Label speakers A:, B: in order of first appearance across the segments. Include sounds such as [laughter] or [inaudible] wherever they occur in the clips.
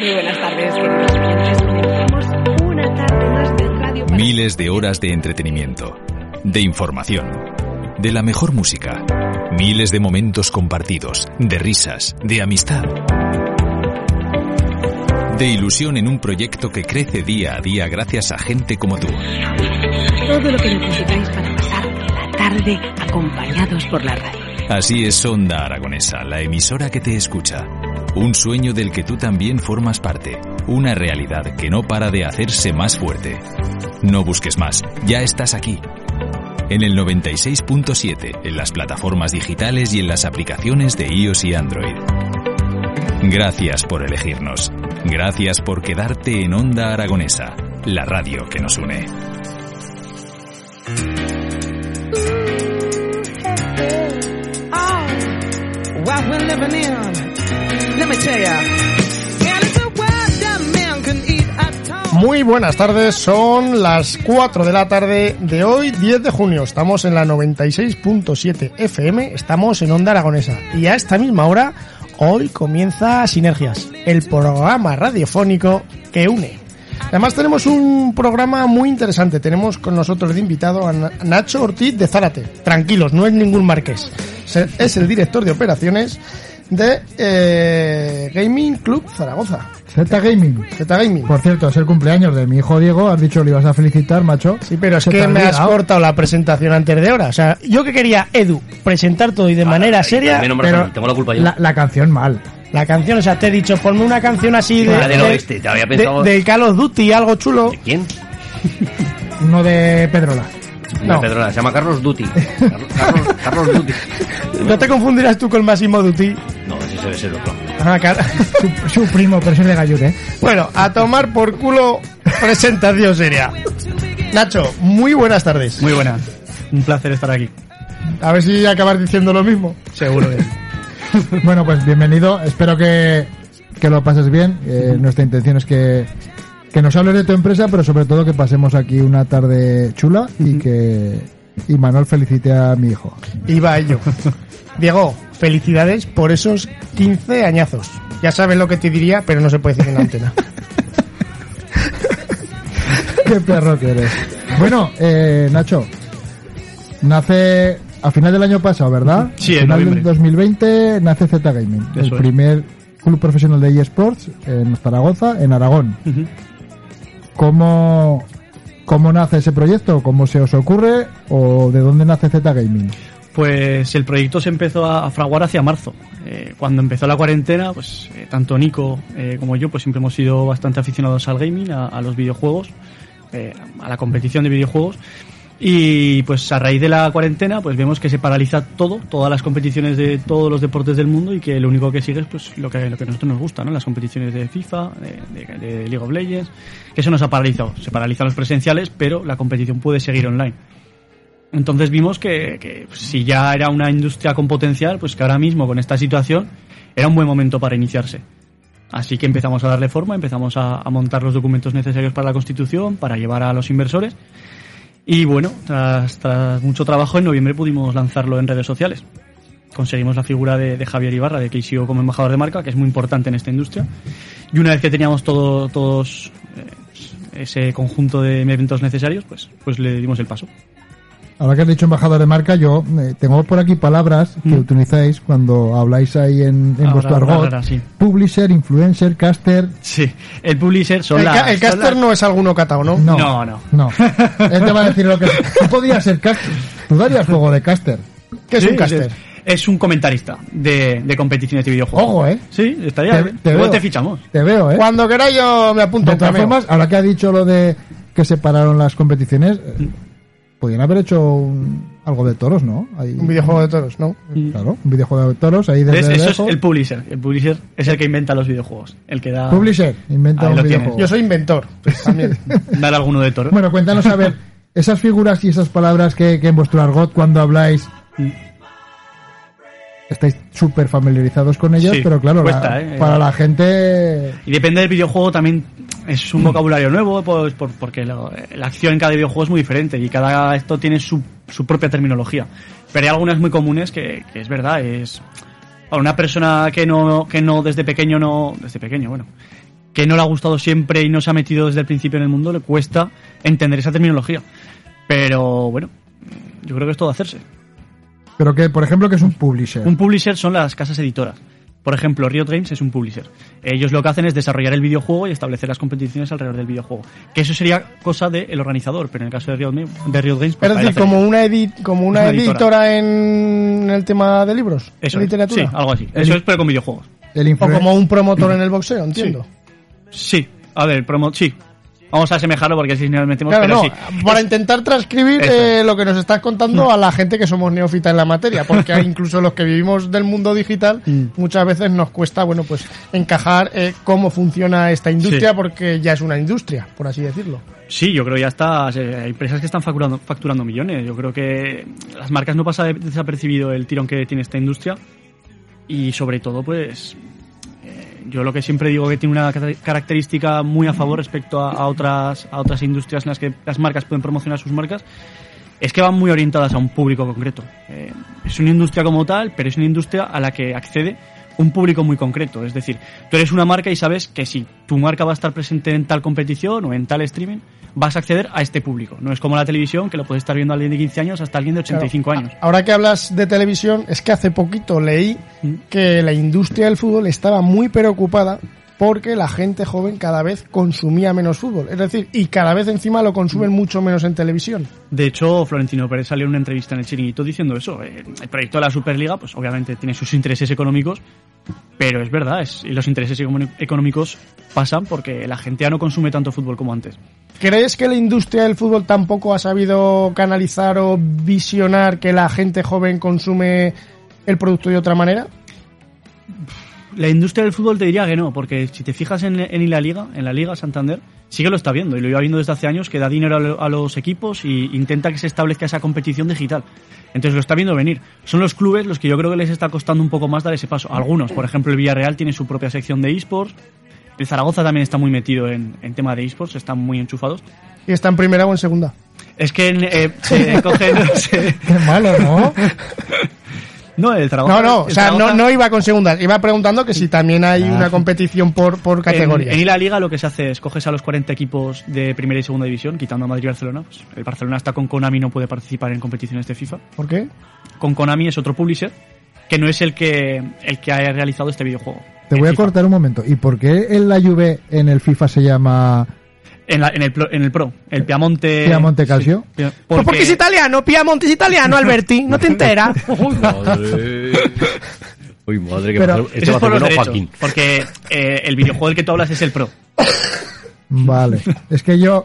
A: Muy buenas tardes, queridos oyentes. Tenemos una tarde más de radio para-
B: Miles de horas de entretenimiento, de información, de la mejor música, miles de momentos compartidos, de risas, de amistad, de ilusión en un proyecto que crece día a día gracias a gente como tú.
A: Todo lo que necesitáis para pasar la tarde acompañados por la radio.
B: Así es Onda Aragonesa, la emisora que te escucha. Un sueño del que tú también formas parte. Una realidad que no para de hacerse más fuerte. No busques más, ya estás aquí. En el 96.7, en las plataformas digitales y en las aplicaciones de iOS y Android. Gracias por elegirnos. Gracias por quedarte en Onda Aragonesa, la radio que nos une.
C: Oh, what we're living in. Let me tell ya. And it's a world that man can eat at all.
D: Muy buenas tardes, son las 4 de la tarde de hoy, 10 de junio. Estamos en la 96.7 FM, estamos en Onda Aragonesa. Y a esta misma hora, hoy comienza Sinergias, el programa radiofónico que une. Además tenemos un programa muy interesante, tenemos con nosotros de invitado a Na- Nacho Ortiz de Zárate. Tranquilos, no es ningún marqués, Se- es el director de operaciones de eh, Gaming Club Zaragoza.
E: Z Gaming.
D: Z Gaming.
E: Por cierto, es el cumpleaños de mi hijo Diego. Has dicho le ibas a felicitar, macho.
D: Sí, pero es
E: Se te
D: que
E: ha
D: me has
E: olvidado.
D: cortado la presentación antes de hora. O sea, yo que quería, Edu, presentar todo y
F: Ah,
D: de manera seria,
F: también, hombre.
E: Pero
F: Tengo la culpa yo.
E: La, la canción mal.
D: la canción, o sea, te he dicho, ponme una canción así de,
F: la del
D: de-
F: oeste, este, te había
D: de-
F: pensado-
D: del Call of Duty, algo chulo.
F: ¿De quién?
E: Uno de Pedrola.
F: No,
D: No.
F: perdona, se llama Carlos Duty. Carlos, Carlos, Carlos Duty.
D: No te confundirás tú con Máximo Duty.
F: No, ese debe ser otro.
D: Ah, cara.
E: Su, [laughs] su primo, pero ese es de Gallur, ¿eh?
D: bueno, a tomar por culo presentación seria. Nacho, muy buenas tardes.
G: Muy buena. Un placer estar aquí.
D: A ver si acabas diciendo lo mismo.
G: Seguro que
E: [laughs] Bueno, pues bienvenido. Espero que, que lo pases bien. Eh, nuestra intención es que, que nos hables de tu empresa, pero sobre todo que pasemos aquí una tarde chula y que y Manuel felicite a mi hijo.
D: Iba a ello. Diego, felicidades por esos 15 añazos. Ya sabes lo que te diría, pero no se puede decir en la antena.
E: Qué perro que eres. Bueno, eh, Nacho, nace a final del año pasado, ¿verdad?
G: Sí, en
E: final del
G: noviembre.
E: 2020 nace Z Gaming,
G: Eso
E: el
G: es.
E: primer club profesional de eSports en Zaragoza, en Aragón.
G: Ujú.
E: ¿Cómo, ¿Cómo nace ese proyecto? ¿Cómo se os ocurre? ¿O de dónde nace Z Gaming?
G: Pues el proyecto se empezó a a fraguar hacia marzo. Eh, cuando empezó la cuarentena, pues eh, tanto Nico eh, como yo pues siempre hemos sido bastante aficionados al gaming, a, a los videojuegos, eh, a la competición de videojuegos. Y pues a raíz de la cuarentena pues vemos que se paraliza todo, todas las competiciones de todos los deportes del mundo y que lo único que sigue es pues lo que, lo que a nosotros nos gusta, ¿no? Las competiciones de FIFA, de, de- de League of Legends, que eso nos ha paralizado. Se paralizan los presenciales, pero la competición puede seguir online. Entonces vimos que, que si ya era una industria con potencial, pues que ahora mismo con esta situación era un buen momento para iniciarse. Así que empezamos a darle forma, empezamos a, a montar los documentos necesarios para la constitución, para llevar a los inversores. Y bueno, tras, tras mucho trabajo en noviembre pudimos lanzarlo en redes sociales. Conseguimos la figura de, de Javier Ibarra, de KCO como embajador de marca, que es muy importante en esta industria. Y una vez que teníamos todo, todos eh, ese conjunto de eventos necesarios, pues, pues le dimos el paso.
E: Ahora que has dicho embajador de marca, yo eh, tengo por aquí palabras que
G: Mm.
E: utilizáis cuando habláis ahí en, en
G: Ahora,
E: vuestro
G: ahora,
E: argot.
G: ahora, sí.
E: Publisher, influencer, caster.
G: Sí, el publisher son
D: el,
G: las-
D: ca- el
G: son
D: caster
G: las-
D: no es alguno catao, ¿no?
E: No,
G: No, no.
E: No. [laughs] Él te va a decir lo que. Tú podías ser caster. Tú darías juego de caster.
D: ¿Qué es
G: Sí,
D: un caster?
G: Es, es un comentarista de, de competiciones de videojuegos.
E: Ojo, eh.
G: Sí, estaría bien. Luego
E: veo.
G: te fichamos.
E: Te veo, eh.
D: Cuando queráis yo me apunto a
E: De
D: un
E: todas
D: cameo.
E: formas, ahora que ha dicho lo de que separaron las competiciones, eh, podían haber hecho un- algo de toros, ¿no? Ahí-
D: Un videojuego de toros, ¿no?
E: Claro, un videojuego de toros ahí desde
G: ¿Ves? Eso es
E: lejos.
G: el publisher. El publisher es el que inventa los videojuegos. El que da.
E: Publisher, inventa
G: Ahí
E: un
G: lo tienes.
E: videojuego.
D: Yo soy inventor, pues, también.
G: Dar alguno de toro.
E: Bueno, cuéntanos a
G: [laughs]
E: ver, esas figuras y esas palabras que, que en vuestro argot cuando habláis estáis súper familiarizados con ellas,
G: Sí,
E: pero claro, la-
G: cuesta, ¿eh?
E: para la gente
G: Y depende del videojuego también es un vocabulario nuevo, pues por- porque lo- la acción en cada videojuego es muy diferente y cada esto tiene su, su propia terminología. Pero hay algunas muy comunes que, que es verdad, es a una persona que no que no desde pequeño no desde pequeño, bueno, que no le ha gustado siempre y no se ha metido desde el principio en el mundo, le cuesta entender esa terminología. Pero bueno, yo creo que es todo hacerse.
E: pero que por ejemplo que es un publisher
G: Un publisher son las casas editoras. Por ejemplo, Riot Games es un publisher. Ellos lo que hacen es desarrollar el videojuego y establecer las competiciones alrededor del videojuego. Que eso sería cosa del organizador, pero en el caso de Riot, Ma- de Riot Games... pues,
D: Es
G: para
D: decir,
G: hacer-
D: como una, edit, como una,
G: Una
D: editora,
G: editora.
D: en el tema de libros,
G: Eso
D: de
G: es.
D: literatura.
G: Sí, algo así. Eso es, pero con videojuegos.
E: el
D: O
E: influen-
D: como un promotor en el boxeo, entiendo.
G: Sí. A ver, promo... Sí. Vamos a asemejarlo porque si nos metemos...
D: Claro,
G: pero
D: no,
G: sí.
D: para intentar transcribir
G: Eso Mm.
D: eh, lo que nos estás contando a la gente que somos neófita en la materia, porque hay incluso los que vivimos del mundo digital
G: Mm.
D: muchas veces nos cuesta, bueno, pues encajar eh, cómo funciona esta industria,
G: Sí.
D: porque ya es una industria, por así decirlo.
G: Sí, yo creo que ya está. eh, Hay empresas que están facturando, facturando millones. Yo creo que las marcas no pasa de- desapercibido el tirón que tiene esta industria. Y sobre todo, pues. eh, Yo lo que siempre digo que tiene una cata- característica muy a favor respecto a, a otras, a otras industrias en las que las marcas pueden promocionar sus marcas es que van muy orientadas a un público concreto. Eh, es una industria como tal, pero es una industria a la que accede un público muy concreto. Es decir, tú eres una marca y sabes que si tu marca va a estar presente en tal competición o en tal streaming, vas a acceder a este público. No es como la televisión, que lo puede estar viendo alguien de 15 años hasta alguien de 85
D: Claro.
G: años.
D: A- Ahora que hablas de televisión, es que hace poquito leí
G: Mm.
D: que la industria del fútbol estaba muy preocupada porque la gente joven cada vez consumía menos fútbol. Es decir, y cada vez encima lo
G: Mm.
D: consumen mucho menos en televisión.
G: De hecho, Florentino Pérez salió en una entrevista en el Chiringuito diciendo eso. eh, el proyecto de la Superliga, pues obviamente tiene sus intereses económicos, pero es verdad, es, y los intereses econo- económicos pasan porque la gente ya no consume tanto fútbol como antes.
D: ¿Crees que la industria del fútbol tampoco ha sabido canalizar o visionar que la gente joven consume el producto de otra manera?
G: La industria del fútbol te diría que no, porque si te fijas en, en la liga, en la liga Santander, sí que lo está viendo y lo iba viendo desde hace años que da dinero a, lo- a los equipos y intenta que se establezca esa competición digital. Entonces lo está viendo venir. Son los clubes los que yo creo que les está costando un poco más dar ese paso. Algunos, por ejemplo, el Villarreal tiene su propia sección de esports. El Zaragoza también está muy metido en, en tema de esports, están muy enchufados.
D: ¿Y está en primera o en segunda?
G: Es que eh, [laughs] se cogen. se-
E: [laughs] Qué malo,
G: [laughs]
E: ¿no?
G: no, el Zaragoza.
D: No, no, o
G: el
D: sea, no,
G: Zaragoza-
D: no iba con segunda, iba preguntando que si también hay una competición por, por categoría.
G: Ah. En, en la liga lo que se hace es coges a los 40 equipos de primera y segunda división, quitando a Madrid y Barcelona. Pues el Barcelona está con Konami, no puede participar en competiciones de FIFA.
D: ¿Por qué?
G: Con Konami es otro publisher que no es el que el que ha realizado este videojuego.
E: Te
G: El
E: voy a
G: FIFA.
E: cortar un momento. ¿Y por qué en la Juve en el FIFA se llama
G: En, la- en el, plo- en el Pro, el Piamonte.
E: Piamonte Calcio?
G: Pia-
D: Pues porque es italiano, Piamonte es
E: [laughs]
D: italiano, Alberti, no te enteras.
F: Madre. Uy, madre, que
E: Pero
F: va a hacer-
G: eso
F: esto
G: es
F: va a hacer
G: por los
F: bueno,
G: derechos,
F: Joaquín.
G: porque eh, el videojuego del que tú hablas es el Pro. [laughs]
E: Vale. Es que yo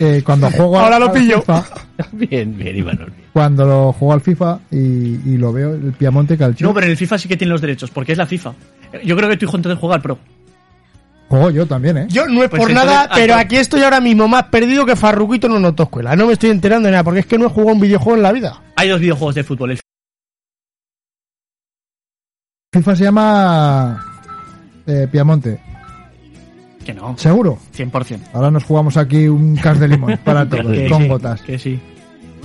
E: eh, cuando juego
D: Ahora lo
E: al
D: pillo.
E: FIFA,
F: Bien, bien, Imanol. bien.
E: cuando lo juego al FIFA y, y lo veo el Piamonte Calcio,
G: No, pero en el FIFA sí que tiene los derechos, porque es la FIFA. Yo creo que tu hijo entonces juega al Pro.
E: juego yo también, ¿eh?
D: Yo no es
G: Pues
D: por
G: entonces,
D: nada,
G: ah,
D: pero
G: no.
D: aquí estoy ahora mismo más perdido que Farruquito en una autoescuela. No me estoy enterando de nada, porque es que no he jugado un videojuego en la vida.
G: Hay dos videojuegos de fútbol, el
E: FIFA se llama eh, Piamonte,
G: que no,
E: seguro.
G: 100%.
E: Ahora nos jugamos aquí un cas de limón
G: [laughs]
E: para todos,
G: Que
E: con
G: sí,
E: gotas.
G: Que sí.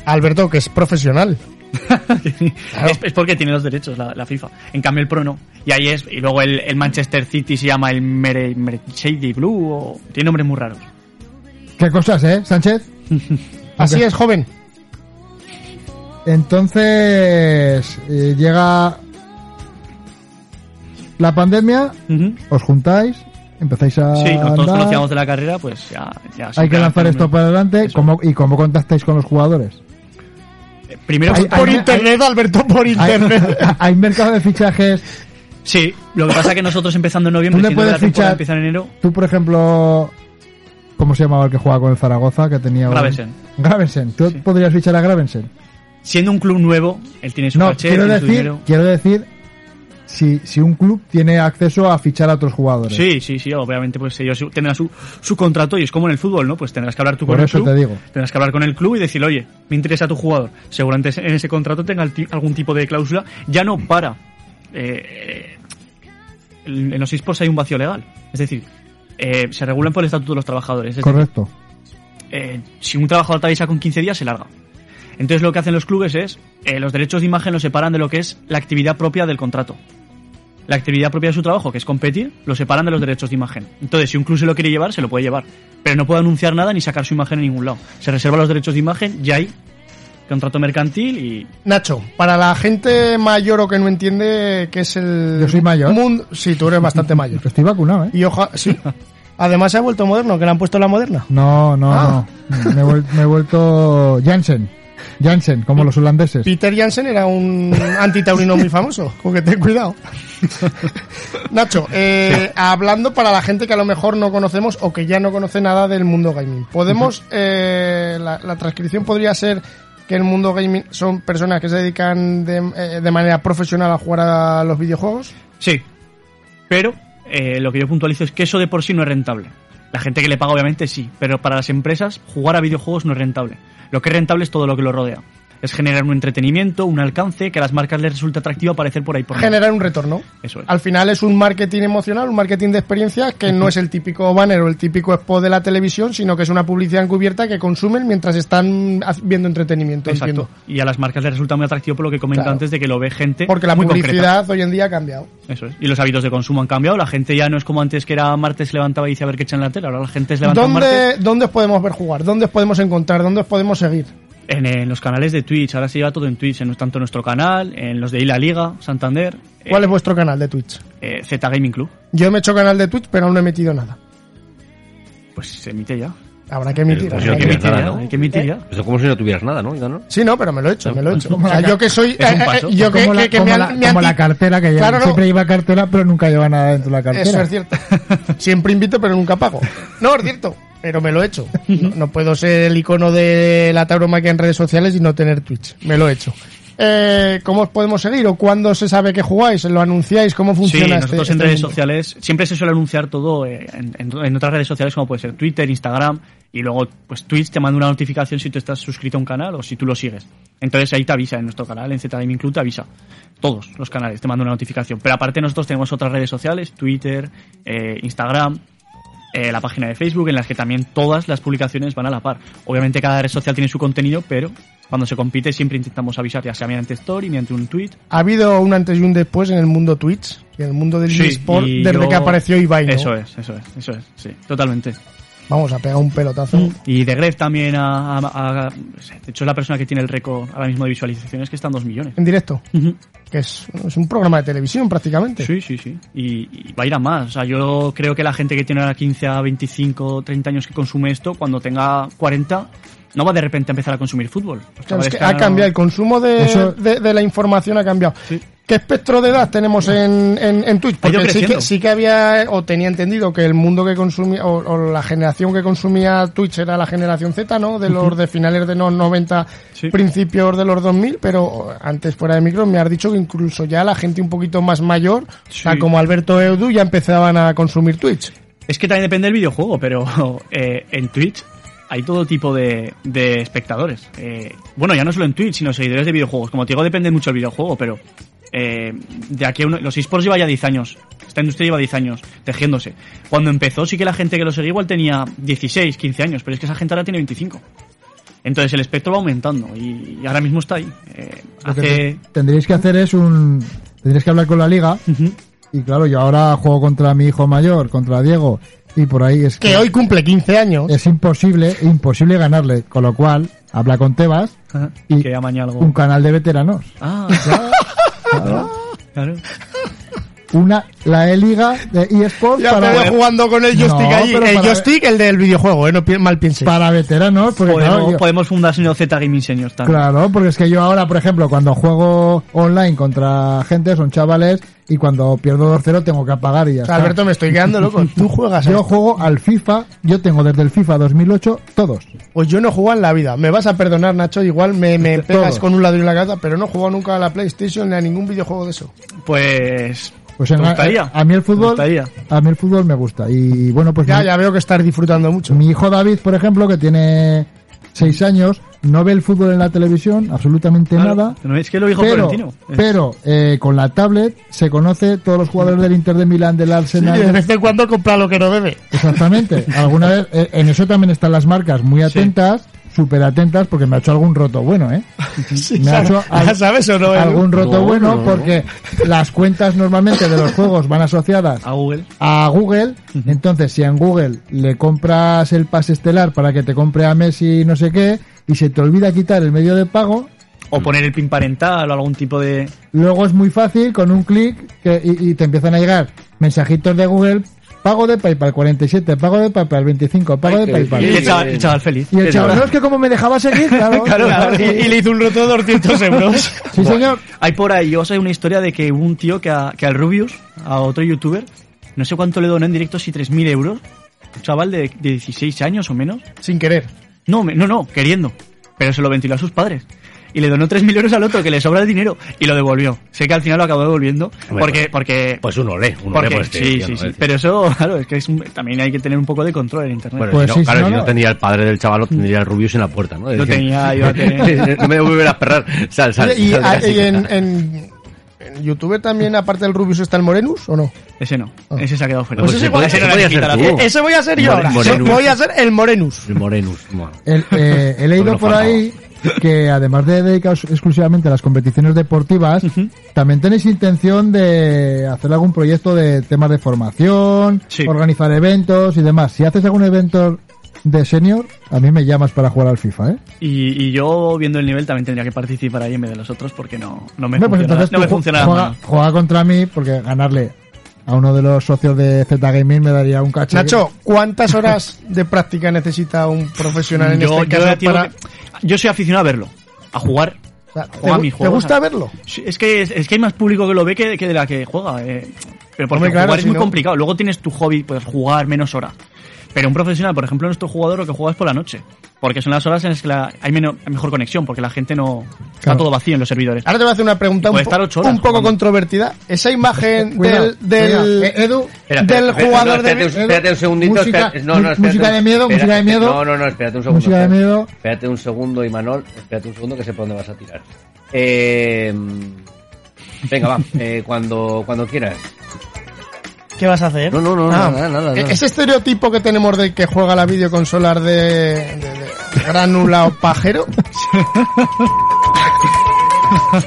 D: Alberto, que es profesional.
G: [laughs] Es, es porque tiene los derechos la, la FIFA. En cambio el Pro no. Y ahí es. Y luego el, el Manchester City se llama el Mere, Mere- Shady Blue o tiene nombres muy raros.
E: ¿Qué cosas, eh, Sánchez?
D: Así es, joven.
E: Entonces eh, llega la pandemia, os juntáis, empezáis a
G: Sí, como todos
E: andar,
G: conocíamos de la carrera, pues ya. ya
E: hay que
G: siempre
E: lanzar
G: hacen-
E: esto para adelante.
G: Eso.
E: ¿Cómo- ¿Y cómo contactáis con los jugadores?
G: Eh, Primero
E: Hay-
D: Por
E: hay-
D: internet, Alberto, por
E: ¿Hay,
D: internet.
E: hay mercado de fichajes?
G: Sí, lo que pasa es que nosotros empezando en
E: ¿Tú
G: noviembre,
E: le
G: siendo que
E: puedes
G: la temporada
E: fichar?
G: empieza en enero,
E: Tú, por ejemplo, ¿Cómo se llamaba el que jugaba con el Zaragoza? Que tenía un-
G: Gravesen.
E: Gravensen. ¿Tú
G: Sí.
E: podrías fichar a Gravensen?
G: Siendo un club nuevo, él tiene su
E: No,
G: caché,
E: quiero
G: tiene su
E: decir,
G: dinero.
E: quiero decir si, si un club tiene acceso a fichar a otros jugadores.
G: Sí, sí, sí, obviamente pues ellos tendrán su, su contrato y es como en el fútbol, ¿no? Pues tendrás que hablar tú
E: Por
G: con
E: eso
G: el club.
E: te digo.
G: Tendrás que hablar con el club y decir, oye, me interesa tu jugador. Seguramente en ese contrato tenga el ti- algún tipo de cláusula. Ya no para. eh, en en los esports hay un vacío legal. Es decir, eh, se regulan por el estatuto de los trabajadores. Es
E: Correcto.
G: eh, si un trabajador te avisa con 15 días, se larga. Entonces lo que hacen los clubes es, eh, los derechos de imagen los separan de lo que es la actividad propia del contrato. La actividad propia de su trabajo, que es competir, lo separan de los derechos de imagen. Entonces, si un club se lo quiere llevar, se lo puede llevar. Pero no puede anunciar nada ni sacar su imagen en ningún lado. Se reservan los derechos de imagen y hay contrato mercantil y...
D: Nacho, para la gente mayor o que no entiende qué es el
E: Yo soy mayor.
D: mundo, sí, tú eres bastante mayor.
E: [laughs] Yo Estoy vacunado, ¿eh?
D: Y oja, sí. Además se ha vuelto moderno, que le han puesto la moderna.
E: No, no,
D: Ah.
E: no. Me he, vuel- me he vuelto Jansen. Jansen, como los holandeses.
D: Peter Jansen era un antitaurino muy famoso, con que ten cuidado. Nacho, eh, hablando para la gente que a lo mejor no conocemos o que ya no conoce nada del mundo gaming, podemos eh, la, la transcripción podría ser que el mundo gaming son personas que se dedican de, eh, de manera profesional a jugar a los videojuegos.
G: Sí. Pero eh, lo que yo puntualizo es que eso de por sí no es rentable. La gente que le paga obviamente sí, pero para las empresas jugar a videojuegos no es rentable. Lo que es rentable es todo lo que lo rodea. Es generar un entretenimiento, un alcance, que a las marcas les resulta atractivo aparecer por ahí por ahí.
D: Generar un retorno.
G: Eso es.
D: Al final es un marketing emocional, un marketing de experiencia que no es el típico banner o el típico spot de la televisión, sino que es una publicidad encubierta que consumen mientras están haz- viendo entretenimiento.
G: Exacto.
D: Entiendo.
G: Y a las marcas les resulta muy atractivo por lo que comenté
D: Claro.
G: antes de que lo ve gente.
D: Porque la
G: muy
D: publicidad
G: concreta.
D: hoy en día ha cambiado.
G: Eso es. Y los hábitos de consumo han cambiado. La gente ya no es como antes que era martes se levantaba y dice a ver qué echan en la tele. Ahora la gente se levanta un martes
D: ¿Dónde, ¿Dónde os podemos ver jugar? ¿Dónde os podemos encontrar? ¿Dónde os podemos seguir?
G: En, eh, los canales de Twitch, ahora se lleva todo en Twitch, en tanto nuestro canal, en los de la Liga, Santander, eh,
D: ¿Cuál es vuestro canal de Twitch?
G: eh, Z Gaming Club.
D: Yo me he hecho canal de Twitch, pero aún no he metido nada.
G: Pues se emite ya.
D: Habrá que emitir.
F: Pero, pues,
D: habrá
F: yo
D: que
F: quiero
D: emitir.
F: nada,
G: ya,
F: ¿no?
G: Hay que emitir ya.
F: Eso como si no tuvieras nada, ¿no? Ida, ¿no?
D: Sí, no, pero me lo he hecho, me lo he hecho. O sea, yo que soy...
G: Es un
D: eh, eh,
G: paso.
D: yo que,
E: como la,
D: que- que
E: como
D: me han-
E: la-
D: me han
E: como la
D: di-
E: cartera que lleva.
D: Claro, no.
E: Siempre lleva cartera, pero nunca lleva nada dentro de la cartera.
D: Eso es cierto. Siempre invito, pero nunca pago. No, es cierto. Pero me lo he hecho. No, no puedo ser el icono de la tauromaquia en redes sociales y no tener Twitch. Me lo he hecho. Eh, ¿Cómo os podemos seguir? ¿O cuándo se sabe que jugáis? ¿Lo anunciáis? ¿Cómo
G: Sí,
D: funciona este-
G: nosotros en
D: este
G: redes
D: mundo?
G: sociales siempre se suele anunciar todo eh, en, en- en otras redes sociales como puede ser Twitter, Instagram y luego pues Twitch te manda una notificación si tú estás suscrito a un canal o si tú lo sigues. Entonces ahí te avisa en nuestro canal, en Z Gaming Club te avisa. Todos los canales te manda una notificación. Pero aparte nosotros tenemos otras redes sociales, Twitter, eh, Instagram, eh, la página de Facebook en las que también todas las publicaciones van a la par. Obviamente cada red social tiene su contenido, pero cuando se compite siempre intentamos avisar ya sea mediante story, mediante un tweet
D: ¿Ha habido un antes y un después en el mundo Twitch? y En el mundo del eSport
G: y
D: desde
G: yo-
D: que apareció Ibai, ¿no?
G: Eso es, eso es, eso es, sí, totalmente.
D: Vamos a pegar un pelotazo.
G: Y de Gref también a, a- a- De hecho es la persona que tiene el récord ahora mismo de visualizaciones que están 2 millones.
D: En directo.
G: Ujú.
D: Que es, es un programa de televisión prácticamente.
G: Sí, sí, sí. Y, y va a ir a más. O sea, yo creo que la gente que tiene ahora 15 a 25, 30 años que consume esto, cuando tenga 40, no va de repente a empezar a consumir fútbol. Pues Los
D: Claro, es
G: chavales
D: que ha
G: ahora-
D: cambiado, el consumo de,
E: Eso-
D: de- de la información ha cambiado.
G: Sí.
D: ¿Qué espectro de edad tenemos en, en, en Twitch?
G: Ha ido
D: Porque sí que,
G: creciendo.
D: sí que había, eh, o tenía entendido que el mundo que consumía, o, o la generación que consumía Twitch era la generación Z, ¿no? De los de finales de los 90,
G: Sí.
D: principios de los 2000, pero antes fuera de micro me has dicho que incluso ya la gente un poquito más mayor, o sea,
G: Sí.
D: como Alberto Eudu, ya empezaban a consumir Twitch.
G: Es que también depende del videojuego, pero [laughs] eh, en Twitch hay todo tipo de, de espectadores. Eh, bueno, ya no solo en Twitch, sino seguidores de videojuegos. Como te digo, depende mucho del videojuego, pero eh, de aquí a uno, los esports lleva ya 10 años. Esta industria lleva 10 años tejiéndose. Cuando empezó sí que la gente que lo seguía igual tenía 16, 15 años, pero es que esa gente ahora tiene 25. Entonces el espectro va aumentando y, y ahora mismo está ahí. Eh,
E: Lo que
G: hace...
E: te- tendríais que hacer es un. Tendríais que hablar con la liga.
G: Ujú.
E: Y claro, yo ahora juego contra mi hijo mayor, contra Diego. Y por ahí es que.
D: Que hoy cumple 15 años.
E: es imposible, imposible ganarle. Con lo cual, habla con Tebas
G: Ajá.
D: [laughs]
E: y
G: Que ya mañana algo.
E: [laughs]
D: Ah.
E: un canal de veteranos.
G: Ah, claro.
E: una la E-Liga de eSports
D: Ya te
E: para,
D: veo jugando con el joystick
E: No,
D: allí.
E: pero
D: El
E: para-
D: joystick, el del videojuego, eh, no pi- mal pienses.
E: para veteranos. Porque,
G: Podemos,
E: claro, yo-
G: podemos fundar señor Z Gaming Seniors también.
E: Claro, porque es que yo ahora, por ejemplo, cuando juego online contra gente, son chavales, y cuando pierdo 2-0 tengo que apagar y ya
D: O sea,
E: está.
D: Alberto, me estoy quedando loco. Tú juegas a
E: Yo juego al FIFA, yo tengo desde el FIFA 2008 todos.
D: Pues yo no juego en la vida. Me vas a perdonar, Nacho. Igual me, me pegas
E: Todo.
D: con un lado y la gata, pero no juego nunca a la PlayStation ni a ningún videojuego de eso.
G: Pues.
E: Pues en-
G: ¿Te gustaría?
E: a mí el fútbol,
G: ¿Te gustaría?
E: a mí el fútbol me gusta y bueno pues
D: Ya,
E: mi,
D: ya veo que estás disfrutando mucho.
E: mi hijo David, por ejemplo, que tiene 6 años, no ve el fútbol en la televisión, absolutamente
G: claro,
E: nada.
G: No es que lo dijo
E: Pero,
G: Florentino. Es-
E: pero eh, con la tablet se conoce todos los jugadores del Inter de Milán, del
D: Sí,
E: Arsenal,
D: de vez en cuando compra lo que no debe.
E: Exactamente. Alguna vez, eh, en eso también están las marcas muy atentas, súper atentas, porque me ha hecho algún roto bueno,
G: [laughs]
E: ¿eh? me ha hecho al-
D: ¿Ya sabes o
G: ¿eh?
D: no? Edu?
E: algún roto bueno, porque las cuentas normalmente de los juegos van asociadas
G: A Google.
E: a Google. Entonces, si en Google le compras el pase estelar para que te compre a Messi no sé qué, y se te olvida quitar el medio de pago,
G: O poner el pin parental o algún tipo de.
E: Luego es muy fácil con un clic que- y, y te empiezan a llegar mensajitos de Google, pago de PayPal 47, pago de PayPal 25, pago de PayPal.
G: Y el chaval, el chaval feliz.
E: Y el
G: Que
E: chaval, [laughs]
G: diga,
E: no es que como me dejaba seguir, claro.
G: claro,
D: Y, y le hizo un roto de 200 euros.
E: Sí, señor.
G: Hay por ahí, os hay una historia de que hubo un tío que, a- que al Rubius, a otro youtuber, no sé cuánto le donó en directo, si 3.000 euros, un chaval de, de 16 años o menos.
D: Sin querer.
G: No, me- no, no, queriendo. Pero se lo ventiló a sus padres. Y le donó 3.000 euros al otro, que le sobra el dinero, y lo devolvió. Sé que al final lo acabó devolviendo,
F: Hombre,
G: porque... porque
F: Pues uno lee, uno
G: porque-
F: lee. Pues,
G: sí, sí, sí. Pero eso, [laughs] claro, es que es un- también hay que tener un poco de control en Internet.
E: Pues
F: si no,
E: sí,
F: claro,
E: sí,
F: si
E: no,
F: no
E: no.
F: tendría el padre del chaval, lo tendría el Rubius en la puerta, ¿no?
G: Lo tenía, iba
F: [laughs]
G: a tener.
F: no me voy a volver a perrar. Sal, sal.
D: Y, y-
F: sal de
D: a-
F: aquí.
D: y en, en, en YouTube también, aparte del Rubius, está el Morenus o no?
G: ese no, ese se ha quedado fuera.
F: Pues ese podía-
G: ese no
F: ese
G: le
F: podía
G: quita
F: ser
G: la-
F: tú.
G: Eh,
D: Ese voy a ser yo
F: More-
D: ahora.
F: Morenus.
D: Voy a ser el Morenus.
F: El Morenus. bueno.
E: El- eh, he leído
F: Bueno,
E: por
F: faltaba.
E: ahí que además de dedicaros exclusivamente a las competiciones deportivas, también tenéis intención de hacer algún proyecto de temas de formación,
G: Sí.
E: organizar eventos y demás. Si haces algún evento de senior, a mí me llamas para jugar al FIFA, ¿eh?
G: Y, y yo, viendo el nivel, también tendría que participar ahí en vez de los otros porque no, no me
E: Hombre, pues
G: funciona.
E: entonces
G: No
E: tú
G: me
E: ju-
G: funciona la
E: juega,
G: mano.
E: juega contra mí porque ganarle a uno de los socios de Z Gaming me daría un cacho.
D: Nacho, ¿cuántas horas de práctica necesita un profesional en
G: Yo,
D: este
G: yo,
D: caso
G: tío,
D: para...
G: que- yo soy aficionado a verlo, a jugar.
D: O sea,
G: juega
D: ¿te,
G: mi
D: te
G: juego,
D: gusta
G: o sea.
D: verlo?
G: Sí, Es que, es que hay más público que lo ve que, que de la que juega. eh. Pero porque
D: Hombre, claro,
G: jugar es
D: si
G: muy
D: no-
G: complicado. Luego tienes tu hobby, puedes jugar menos horas. Pero un profesional, por ejemplo, nuestro jugador lo que juega es por la noche. Porque son las horas en las que la- hay meno- mejor conexión, porque la gente no... Está
E: Claro.
G: todo vacío en los servidores.
D: Ahora te voy a hacer una pregunta un,
G: Puede
D: po-
G: estar ocho horas
D: un poco
G: jugando.
D: controvertida. Esa imagen
E: Cuidado,
D: del, del,
E: cuidado. Eh, Edu,
D: del
H: Espera, espera,
D: jugador
H: no, espérate,
D: de...
H: un- espérate un segundito.
E: música-
H: espérate- no, no, espérate
E: música
H: un-
E: de miedo,
H: espera-
E: música de miedo.
H: No, no, no, espérate un segundo.
E: música de
H: espérate,
E: miedo.
H: espérate un segundo, Imanol. Espérate un segundo que sé por dónde vas a tirar. Eh, venga, va. eh, cuando, cuando quieras.
D: ¿Qué vas a hacer?
H: No, no, no, nada,
D: Ah,
H: nada, nada.
D: E-, Ese estereotipo que tenemos de que juega la videoconsola de, de- de granula o pajero. Es-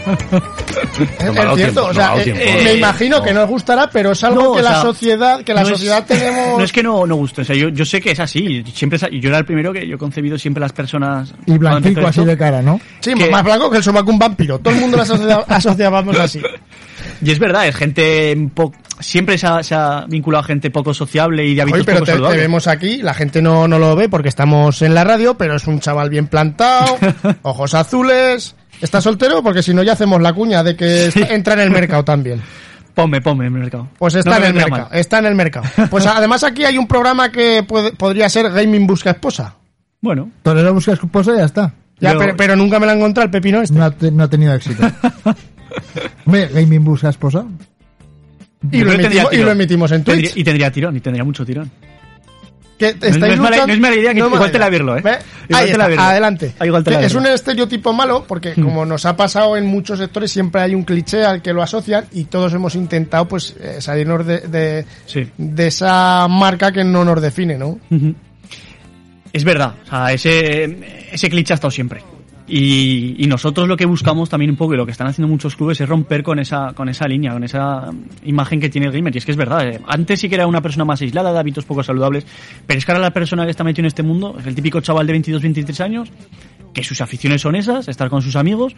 D: es cierto,
F: dado tiempo,
D: o
F: no
D: sea,
F: ha dado
D: eh,
F: tiempo,
D: eh,
G: no.
D: me imagino que no os gustará, pero es algo
G: No,
D: que
G: o
D: la
G: sea,
D: sociedad, que la
G: no es-
D: sociedad tenemos.
G: [laughs] No es que no, no guste, o sea, yo, yo sé que es así. Siempre es a- yo era el primero que yo he concebido siempre las personas.
E: y
G: cuando empezó
E: blanquico así
G: esto.
E: de cara, ¿no?
D: sí,
G: que-
D: más blanco que el sobaco un vampiro. Todo el mundo la asocia- [laughs] asociábamos así.
G: Y es verdad, es gente un po- siempre se ha, se ha vinculado a gente poco sociable y de hábitos
D: Oye, pero
G: poco
D: te, te
G: saludables.
D: vemos aquí, la gente no, no lo ve porque estamos en la radio, pero es un chaval bien
G: [laughs]
D: plantado, ojos azules. ¿Está soltero? Porque si no, ya hacemos la cuña de que
G: Sí.
D: entra en el mercado también.
G: Ponme, ponme en el mercado.
D: Pues está
G: No
D: en
G: me
D: el
G: vendrá
D: mercado.
G: mal.
D: Está en el mercado. Pues además aquí hay un programa que puede- podría ser Gaming Busca Esposa.
G: Bueno,
E: Torero busca esposa y pues, ya está.
D: Ya,
G: Yo-
D: pero, pero nunca me la he encontrado el pepino este.
E: No ha, te- no ha tenido
G: [laughs]
E: éxito. Hombre, Gaming busca esposa.
D: Y
G: yo
D: lo,
G: creo que tendría
D: emitimos, y
G: tirón.
D: lo emitimos en
G: Tendría-
D: Twitch.
G: y tendría tirón, y tendría mucho tirón.
D: Que estáis
G: no es mala-
D: luchando-
G: no es mala idea que
D: es
G: igual
D: mala
G: te la
D: idea.
G: birlo, ¿eh?
D: ¿Ve?
G: Igual
D: Ahí
G: te la
D: está,
G: birlo.
D: adelante.
G: Ah, igual te
D: Que
G: la Hmm.
D: es
G: birlo.
D: un estereotipo malo porque como nos ha pasado en muchos sectores siempre hay un cliché al que lo asocian y todos hemos intentado pues eh, salirnos de, de,
G: Sí.
D: de esa marca que no nos define, ¿no?
G: Ujú. Es verdad, o sea, ese, ese cliché ha estado siempre. Y, y nosotros lo que buscamos también un poco y lo que están haciendo muchos clubes es romper con esa, con esa línea, con esa mm, imagen que tiene el gamer. Y es que es verdad, eh, antes sí que era una persona más aislada, de hábitos poco saludables, pero es que ahora la persona que está metida en este mundo es el típico chaval de 22, 23 años, que sus aficiones son esas, estar con sus amigos,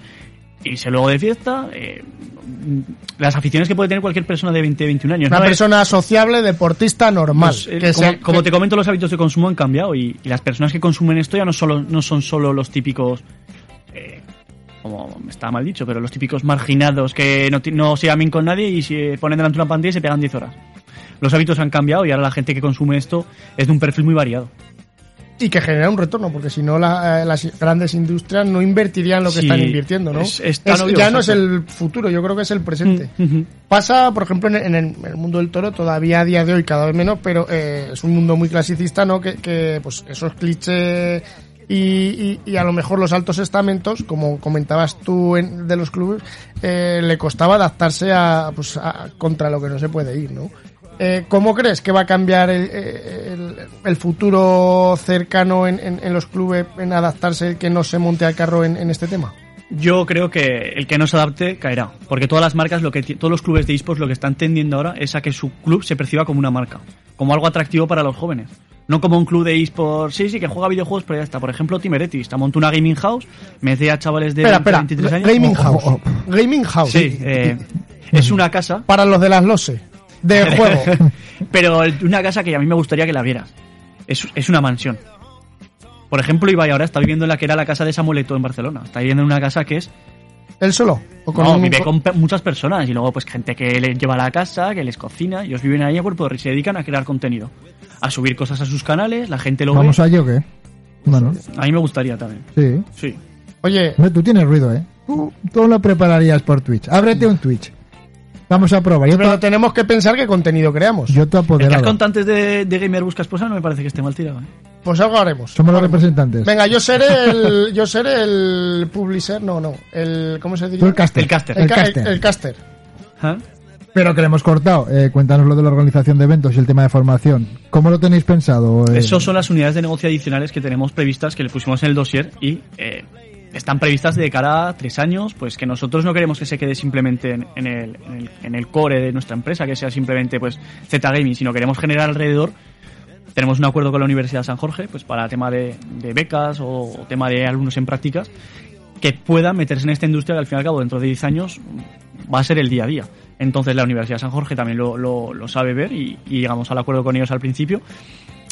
G: irse luego de fiesta. eh, las aficiones que puede tener cualquier persona de 20, 21 años.
D: Una
G: ¿no?
D: persona sociable, deportista, normal.
G: eh, Pues, eh,
D: que
G: como,
D: sea-
G: como
D: que-
G: te comento, los hábitos de consumo han cambiado y, y las personas que consumen esto ya no, solo, no son solo los típicos, eh, como está mal dicho, pero los típicos marginados que no, ti- no se llamen con nadie y se ponen delante de una pantalla y se pegan 10 horas. Los hábitos han cambiado y ahora la gente que consume esto es de un perfil muy variado.
D: Y que genera un retorno, porque si no la- eh, las grandes industrias no invertirían lo que
G: Sí,
D: están invirtiendo, ¿no?
G: es- es tan obvio,
D: ya no es
G: exacto. Hmm.
D: el futuro, yo creo que es el presente.
G: Ujú.
D: Pasa, por ejemplo, en el, en el- en el mundo del toro, todavía a día de hoy cada vez menos, pero eh, es un mundo muy clasicista, ¿no? Que, que, pues esos clichés y, y- y a lo mejor los altos estamentos, como comentabas tú en- de los clubes, eh, le costaba adaptarse a, pues, a- contra lo que no se puede ir, ¿no? Eh, ¿Cómo crees que va a cambiar el, el- el futuro cercano en, en- en los clubes en adaptarse, que no se monte al carro en, en este tema?
G: Yo creo que el que no se adapte caerá, porque todas las marcas, lo que ti- todos los clubes de esports lo que están tendiendo ahora es a que su club se perciba como una marca, como algo atractivo para los jóvenes. No como un club de esports, sí, sí, que juega videojuegos, pero ya está. Por ejemplo, Timeretti, está montó una gaming house, me decía chavales de
D: Espera,
G: 20,
D: espera,
G: 23 años.
D: Gaming
G: Ojo,
D: House.
G: ojo.
D: Gaming House.
G: Sí, eh, es una casa,
D: para los de las lose
G: [laughs]
D: de juego.
G: pero el- una casa que a mí me gustaría que la vieras. Es, es una mansión. Por ejemplo, Ibai ahora está viviendo en la que era la casa de Samuel Eto'o en Barcelona. Está viviendo en una casa que es
D: ¿Él solo? ¿O con
G: no,
D: un-
G: vive con pe- muchas personas y luego pues gente que les lleva a la casa, que les cocina, ellos viven ahí a cuerpo de risa y se dedican a crear contenido, a subir cosas a sus canales, la gente lo
E: ¿Vamos
G: ve.
E: allí o qué? Bueno,
G: A mí me gustaría también.
E: sí.
G: Sí.
D: Oye,
E: Hombre, tú tienes ruido, ¿eh? Tú, tú lo prepararías por Twitch. Ábrete un Twitch. Vamos a probar. Yo
D: pero
E: te,
D: tenemos que pensar qué contenido creamos.
E: yo te
G: El que has
E: apoderado.
G: contado antes de, de Gamer Busca Esposa no me parece que esté mal tirado. ¿eh?
D: Pues algo haremos.
E: Somos los
D: Haremos.
E: representantes.
D: Venga, yo
E: [laughs]
D: seré el. Yo seré el publisher. No, no. El. ¿Cómo se
E: Tú
D: diría?
E: el caster.
G: El caster.
D: El,
E: El
D: ca-
E: caster.
D: el- el caster.
G: ¿Ah?
E: Pero que le hemos cortado. Eh, cuéntanos lo de la organización de eventos y el tema de formación. ¿Cómo lo tenéis pensado? Eh,
G: Esas son las unidades de negocio adicionales que tenemos previstas, que le pusimos en el dossier y eh, están previstas de cara a tres años, pues que nosotros no queremos que se quede simplemente en, en el, en el- en el core de nuestra empresa, que sea simplemente pues Z Gaming, sino queremos generar alrededor. Tenemos un acuerdo con la Universidad de San Jorge, pues para tema de, de becas o, o tema de alumnos en prácticas, que puedan meterse en esta industria que al fin y al cabo dentro de 10 años va a ser el día a día. Entonces la Universidad de San Jorge también lo, lo- lo sabe ver y- y llegamos al acuerdo con ellos al principio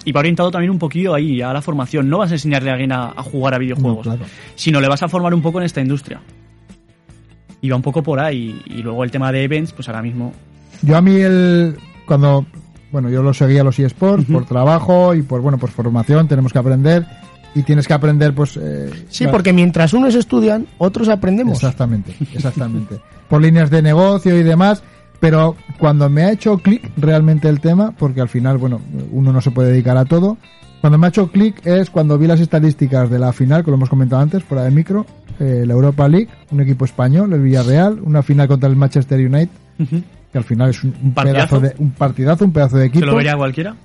G: y va orientado también un poquillo ahí a la formación. No vas a enseñarle a alguien a, a jugar a videojuegos,
E: No, claro.
G: sino le vas a formar un poco en esta industria. Y va un poco por ahí. Y luego el tema de events, pues ahora mismo.
E: Yo a mí el cuando bueno, yo lo seguía a los eSports por trabajo y por bueno, por formación, tenemos que aprender y tienes que aprender pues eh,
D: Sí,
E: claro,
D: porque mientras unos estudian, otros aprendemos. [laughs]
E: exactamente, exactamente. por líneas de negocio y demás, pero cuando me ha hecho clic realmente el tema, porque al final bueno, uno no se puede dedicar a todo, cuando me ha hecho clic es cuando vi las estadísticas de la final, que lo hemos comentado antes fuera de micro, eh, la Europa League, un equipo español, el Villarreal, una final contra el Manchester United que al final es un, un pedazo
G: partidazo.
E: de un partidazo, un pedazo de
G: ¿Se
E: equipo
G: lo vería cualquiera?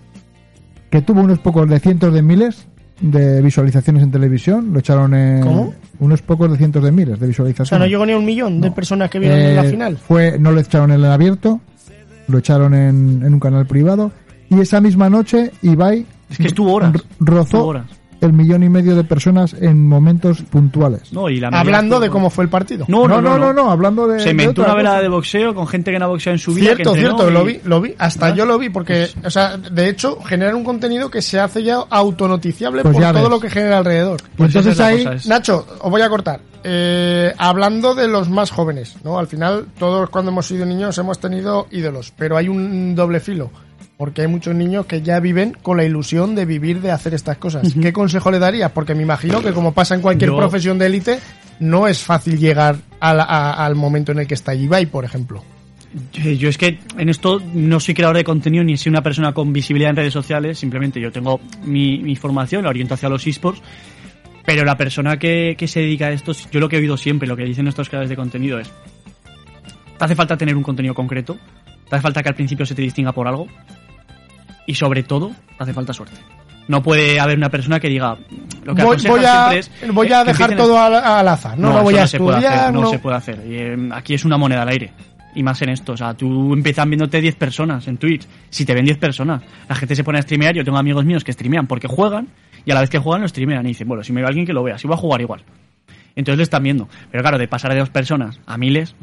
E: que tuvo unos pocos de cientos de miles de visualizaciones en televisión, lo echaron en
D: ¿Cómo?
E: unos pocos de cientos de miles de
D: O
E: visualizaciones.
D: sea, no llegó ni a un millón de
E: No.
D: personas que vieron en la
E: Eh,
D: final.
E: Fue, no lo echaron en el abierto, lo echaron en, en un canal privado y esa misma noche Ibai
G: Es que estuvo horas.
E: r- rozó
G: Estuvo horas.
E: el millón y medio de personas en momentos puntuales.
G: No, y la media
D: Hablando
G: estuvo
D: de
G: por-
D: cómo fue el partido.
G: No, no, no. no,
E: hablando de
G: Se
E: me
G: inventó una velada de boxeo con gente que no ha boxeado en su vida.
D: Cierto,
G: que entrenó
D: cierto, lo
G: y-
D: vi, lo vi, hasta yo lo vi, porque,
E: Pues-
D: o sea, de hecho, generar un contenido que se hace ya autonoticiable
E: Pues
D: por
E: ya
D: todo
E: ves.
D: lo que genera alrededor.
G: Pues esa
E: entonces
G: es la
E: ahí-
G: cosa, es-
D: Nacho, os voy a cortar. Eh, hablando de los más jóvenes, ¿no? Al final, todos cuando hemos sido niños hemos tenido ídolos, pero hay un doble filo, porque hay muchos niños que ya viven con la ilusión de vivir, de hacer estas cosas. ¿Qué consejo le darías? Porque me imagino que como pasa en cualquier
G: Yo-
D: profesión de élite, no es fácil llegar al, a- al momento en el que está Ibai, por ejemplo.
G: Eh, Yo es que en esto no soy creador de contenido ni soy una persona con visibilidad en redes sociales, simplemente yo tengo mi, mi formación, la oriento hacia los esports, pero la persona que, que se dedica a esto, yo lo que he oído siempre, lo que dicen nuestros creadores de contenido es, te hace falta tener un contenido concreto, te hace falta que al principio se te distinga por algo y sobre todo te hace falta suerte. No puede haber una persona que diga lo que
D: Voy,
G: aconsejan
D: voy a,
G: siempre es,
D: voy
G: eh,
D: a
G: que
D: dejar
G: empiecen a-
D: todo al, al azar, no, lo
G: eso
D: voy a
G: se puede
D: estudiar,
G: hacer, no,
D: no-
G: se puede hacer. Y, eh, aquí es una moneda al aire. Y más en esto. O sea, tú empiezan viéndote 10 personas en Twitch. Si te ven 10 personas, la gente se pone a streamear. Yo tengo amigos míos que streamean porque juegan y a la vez que juegan lo streamean. Y dicen, bueno, si me ve alguien que lo vea, si va a jugar igual. Entonces lo están viendo. Pero claro, de pasar de dos personas a miles,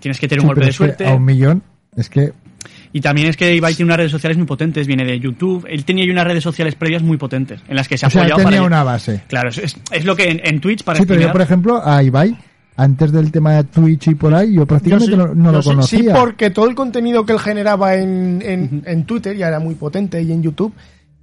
G: tienes que tener
E: Sí,
G: un golpe
E: pero
G: de
E: es que
G: suerte.
E: A un millón, es que
G: Y también es que Ibai tiene unas redes sociales muy potentes, viene de YouTube. Él tenía ya unas redes sociales previas muy potentes, en las que se ha
E: o sea,
G: apoyado
E: tenía
G: para-
E: una base.
G: Claro, es, es- es lo que en, en Twitch para
E: Sí, pero yo,
G: streamear-
E: por ejemplo, a Ibai, antes del tema de Twitch y por ahí, yo prácticamente
D: Yo sí,
E: no, no
D: yo
E: lo
D: sí-
E: conocía.
D: Sí, porque todo el contenido que él generaba en, en, en Twitter, ya era muy potente, y en YouTube,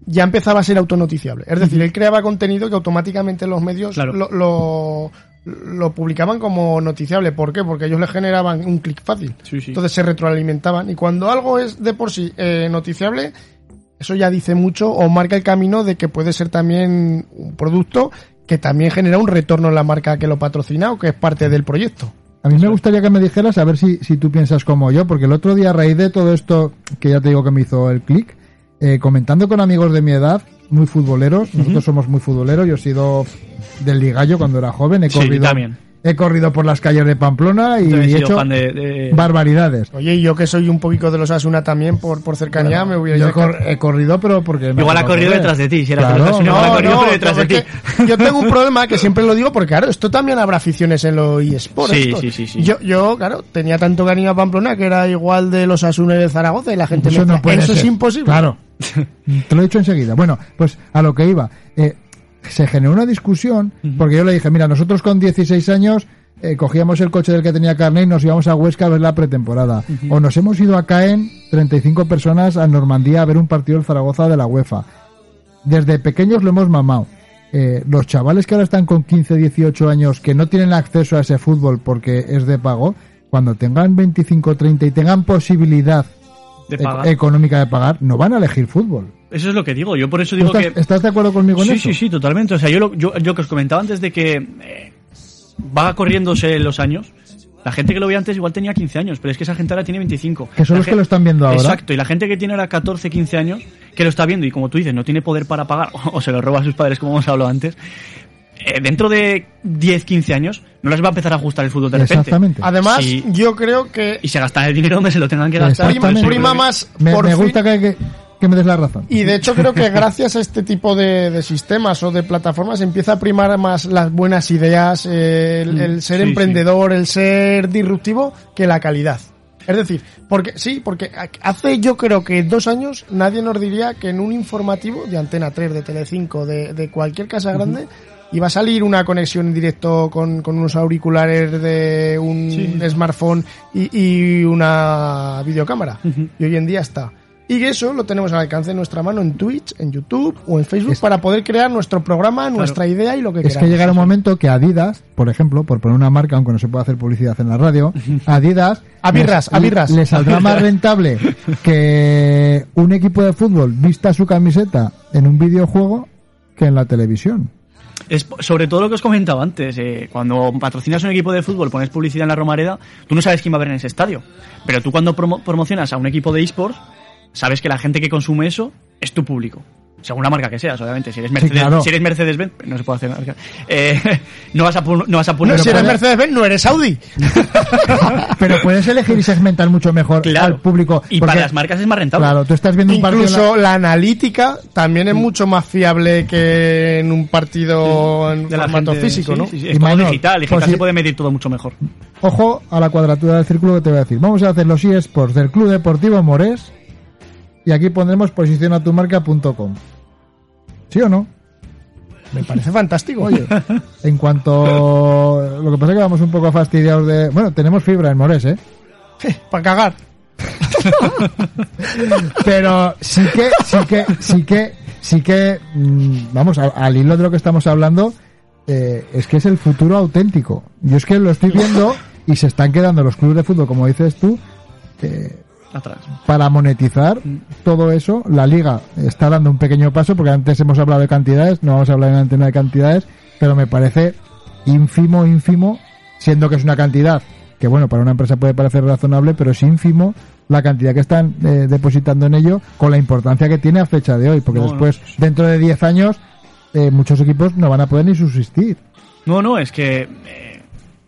D: ya empezaba a ser autonoticiable. Es decir, él creaba contenido que automáticamente los medios
G: Claro.
D: lo, lo, lo publicaban como noticiable. ¿Por qué? Porque ellos le generaban un clic fácil.
G: Sí, sí.
D: Entonces se retroalimentaban. Y cuando algo es de por sí eh, noticiable, eso ya dice mucho o marca el camino de que puede ser también un producto que también genera un retorno en la marca que lo patrocina o que es parte del proyecto.
E: A mí me gustaría que me dijeras a ver si, si tú piensas como yo, porque el otro día a raíz de todo esto, que ya te digo que me hizo el clic, eh, comentando con amigos de mi edad, muy futboleros, nosotros somos muy futboleros, yo he sido del ligallo cuando era joven, he
G: Sí,
E: corrido,
G: también.
E: he corrido por las calles de Pamplona y
G: También he
E: he
G: sido
E: hecho
G: fan de- de-
E: barbaridades.
D: Oye, y yo que soy un poquito de los Asuna también, por, por cercanía, me hubiera
E: Yo
D: ido
E: he, cor-
G: eh,
E: he corrido, pero porque... me
G: Igual ha
E: tocó
G: corrido
E: correr.
G: detrás de ti, si era
E: Claro,
G: detrás de un
E: no,
G: igual ha corrido,
E: no,
G: pero detrás de
D: es
G: ti.
D: que Yo tengo un problema que siempre lo digo porque, claro, esto también habrá aficiones en los eSports.
G: Sí,
D: esto.
G: sí, sí, sí.
D: Yo, yo, claro, tenía tanto cariño a Pamplona que era igual de los Asuna y de Zaragoza y la gente
E: Eso
D: me
E: no
D: decía,
E: puede
D: "Eso es
E: ser".
D: imposible.
E: Claro. Te lo he dicho enseguida. Bueno, pues a lo que iba. Eh, se generó una discusión porque yo le dije, mira, nosotros con 16 años eh, cogíamos el coche del que tenía carne y nos íbamos a Huesca a ver la pretemporada. O nos hemos ido a Caen 35 personas a Normandía a ver un partido del Zaragoza de la UEFA. Desde pequeños lo hemos mamado. Eh, los chavales que ahora están con 15, 18 años que no tienen acceso a ese fútbol porque es de pago, cuando tengan 25, 30 y tengan posibilidad
G: De
E: e-
G: pagar.
E: económica de pagar, no van a elegir fútbol.
G: Eso es lo que digo. Yo por eso
E: ¿Tú
G: digo
E: estás,
G: que.
E: estás de acuerdo conmigo en
G: sí,
E: eso?
G: sí, sí, totalmente. O sea, yo, lo, yo, yo que os comentaba antes de que eh, va corriéndose los años. La gente que lo veía antes igual tenía 15 años, pero es que esa gente ahora tiene 25.
E: Que son
G: La
E: los que
G: gen-
E: lo están viendo ahora.
G: Exacto, y la gente que tiene ahora 14, 15 años, que lo está viendo y como tú dices, no tiene poder para pagar [laughs] o se lo roba a sus padres, como hemos hablado antes, eh, dentro de 10, 15 años no les va a empezar a ajustar el fútbol de repente.
E: Exactamente.
D: Además,
G: Sí.
D: yo creo que
G: Y se gastan el dinero donde se lo tengan que gastar.
D: Prima-
E: Exactamente.
D: prima más
E: Me,
D: por
E: me
D: fin-
E: gusta que, que- que me des la razón.
D: Y de hecho creo que gracias a este tipo de, de sistemas o de plataformas empieza a primar más las buenas ideas, eh, el, el ser
G: Mm, sí, sí.
D: emprendedor, el ser disruptivo, que la calidad. Es decir, porque sí, porque hace yo creo que dos años nadie nos diría que en un informativo de Antena 3, de Telecinco, de, de cualquier casa grande, iba a salir una conexión en directo con, con unos auriculares de un smartphone y, y una videocámara. Y hoy en día está. Y eso lo tenemos al alcance de nuestra mano en Twitch, en YouTube o en Facebook para poder crear nuestro programa, nuestra idea y lo que
E: es
D: queramos.
E: que llegará un momento que Adidas, por ejemplo, por poner una marca, aunque no se puede hacer publicidad en la radio, Adidas...
D: A birras,
E: les-
D: a birras.
E: Le saldrá más rentable que un equipo de fútbol vista su camiseta en un videojuego que en la televisión.
G: Es po- sobre todo lo que os comentaba antes. eh, cuando patrocinas un equipo de fútbol, pones publicidad en la Romareda, tú no sabes quién va a ver en ese estadio. Pero tú cuando promo- promocionas a un equipo de esports, sabes que la gente que consume eso es tu público. Según la marca que seas, obviamente. Si eres Mercedes,
E: claro.
G: si eres Mercedes Benz, no se puede hacer marca. Eh, [laughs] no vas a pu- no vas a
D: No,
G: poner.
D: si eres
E: puede-
D: Mercedes-Benz, no eres Audi.
E: Pero puedes elegir y segmentar mucho mejor
G: Claro.
E: al público.
G: Y
E: porque-
G: para las marcas es más rentable.
E: Claro, tú estás viendo un partido... en la-
D: Incluso la analítica también
G: Mm.
D: es mucho más fiable que en un partido en
G: De la
D: formato
G: gente-
D: físico,
G: sí,
D: ¿no?
G: sí, sí,
E: Y
G: es como
E: Manuel,
G: digital, digital
E: pues sí.
G: se puede medir todo mucho mejor.
E: Ojo a la cuadratura del círculo que te voy a decir. Vamos a hacer los eSports del Club Deportivo Morés y aquí pondremos posicionatumarca.com. ¿Sí o no?
D: Me parece fantástico.
E: Oye, en cuanto... Lo que pasa es que vamos un poco fastidiados de... Bueno, tenemos fibra en Morés, ¿eh?
D: para cagar.
E: Pero sí que, sí que, sí que, sí que... mm, Vamos, a- al hilo de lo que estamos hablando, eh, es que es el futuro auténtico. Yo es que lo estoy viendo y se están quedando los clubes de fútbol, como dices tú, eh,
G: Atrás.
E: para monetizar
G: Mm.
E: todo eso, la liga está dando un pequeño paso, porque antes hemos hablado de cantidades, no vamos a hablar en antena de cantidades, pero me parece ínfimo, ínfimo, siendo que es una cantidad que, bueno, para una empresa puede parecer razonable, pero es ínfimo la cantidad que están eh, depositando en ello con la importancia que tiene a fecha de hoy, porque
G: No, no,
E: después,
G: sí,
E: dentro de 10 años, eh, muchos equipos no van a poder ni subsistir.
G: No, no, es que eh,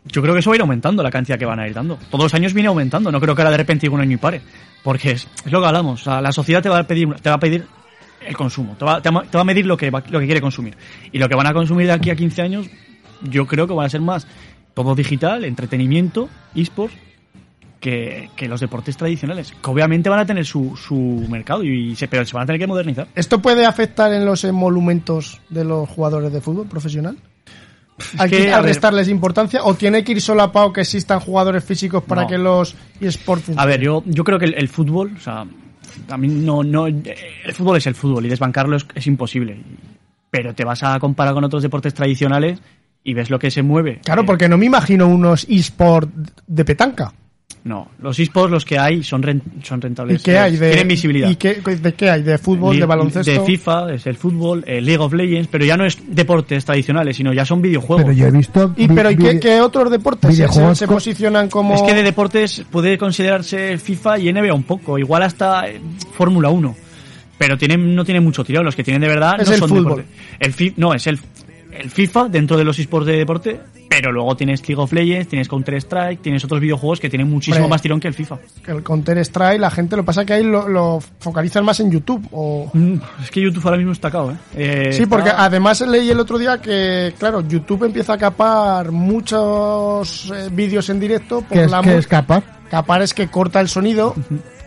G: yo creo que eso va a ir aumentando la cantidad que van a ir dando. Todos los años viene aumentando, no creo que ahora de repente diga un año y pare. Porque es, es lo que hablamos, o sea, la sociedad te va a pedir, te va a pedir el consumo, te va, te va- te va a medir lo que, va- lo que quiere consumir. Y lo que van a consumir de aquí a 15 años yo creo que van a ser más todo digital, entretenimiento, esports, que, que los deportes tradicionales. Que obviamente van a tener su, su mercado, y, se, pero se van a tener que modernizar.
D: ¿Esto puede afectar en los emolumentos de los jugadores de fútbol profesional? ¿Hay
G: que,
D: que
G: a ver-
D: restarles importancia? ¿O tiene que ir solapado que existan jugadores físicos para
G: No.
D: que los eSports funcionen?
G: A ver, yo, yo creo que el, el fútbol, o sea, a mí no, no, el fútbol es el fútbol y desbancarlo es, es imposible. Pero te vas a comparar con otros deportes tradicionales y ves lo que se mueve.
D: Claro,
G: Eh,
D: porque no me imagino unos eSports de petanca.
G: No, los esports los que hay son, ren- son rentables.
D: ¿Y qué hay de,
G: Tienen visibilidad.
D: ¿y qué, de qué hay? ¿De fútbol,
G: Li-
D: de baloncesto?
G: De FIFA, es el fútbol, el League of Legends, pero ya no es deportes tradicionales, sino ya son videojuegos.
E: Pero yo he visto.
D: ¿Y
E: vi-
D: pero ¿y
E: vi-
D: qué, qué otros deportes se- se,
E: videojuegos
D: se
E: co-
D: posicionan como...?
G: Es que de deportes puede considerarse FIFA y NBA un poco, igual hasta eh, Fórmula 1. Pero tienen, no tienen mucho tirón, los que tienen de verdad
D: Es
G: no
D: el
G: son
D: fútbol.
G: deporte. El fi- no, es el, el FIFA dentro de los esports de deporte, pero luego tienes League of Legends, tienes Counter-Strike, tienes otros videojuegos que tienen muchísimo
D: Hombre.
G: más tirón que el FIFA.
D: que el Counter Strike, la gente lo pasa que ahí lo, lo focalizan más en YouTube. O...
G: Mm, Es que YouTube ahora mismo está cao, ¿eh? Eh,
D: Sí, porque
G: está-
D: además leí el otro día que, claro, YouTube empieza a capar muchos eh, vídeos en directo por
E: que es,
D: la
E: que
D: mu-
E: escapar?
D: capar es que corta el sonido,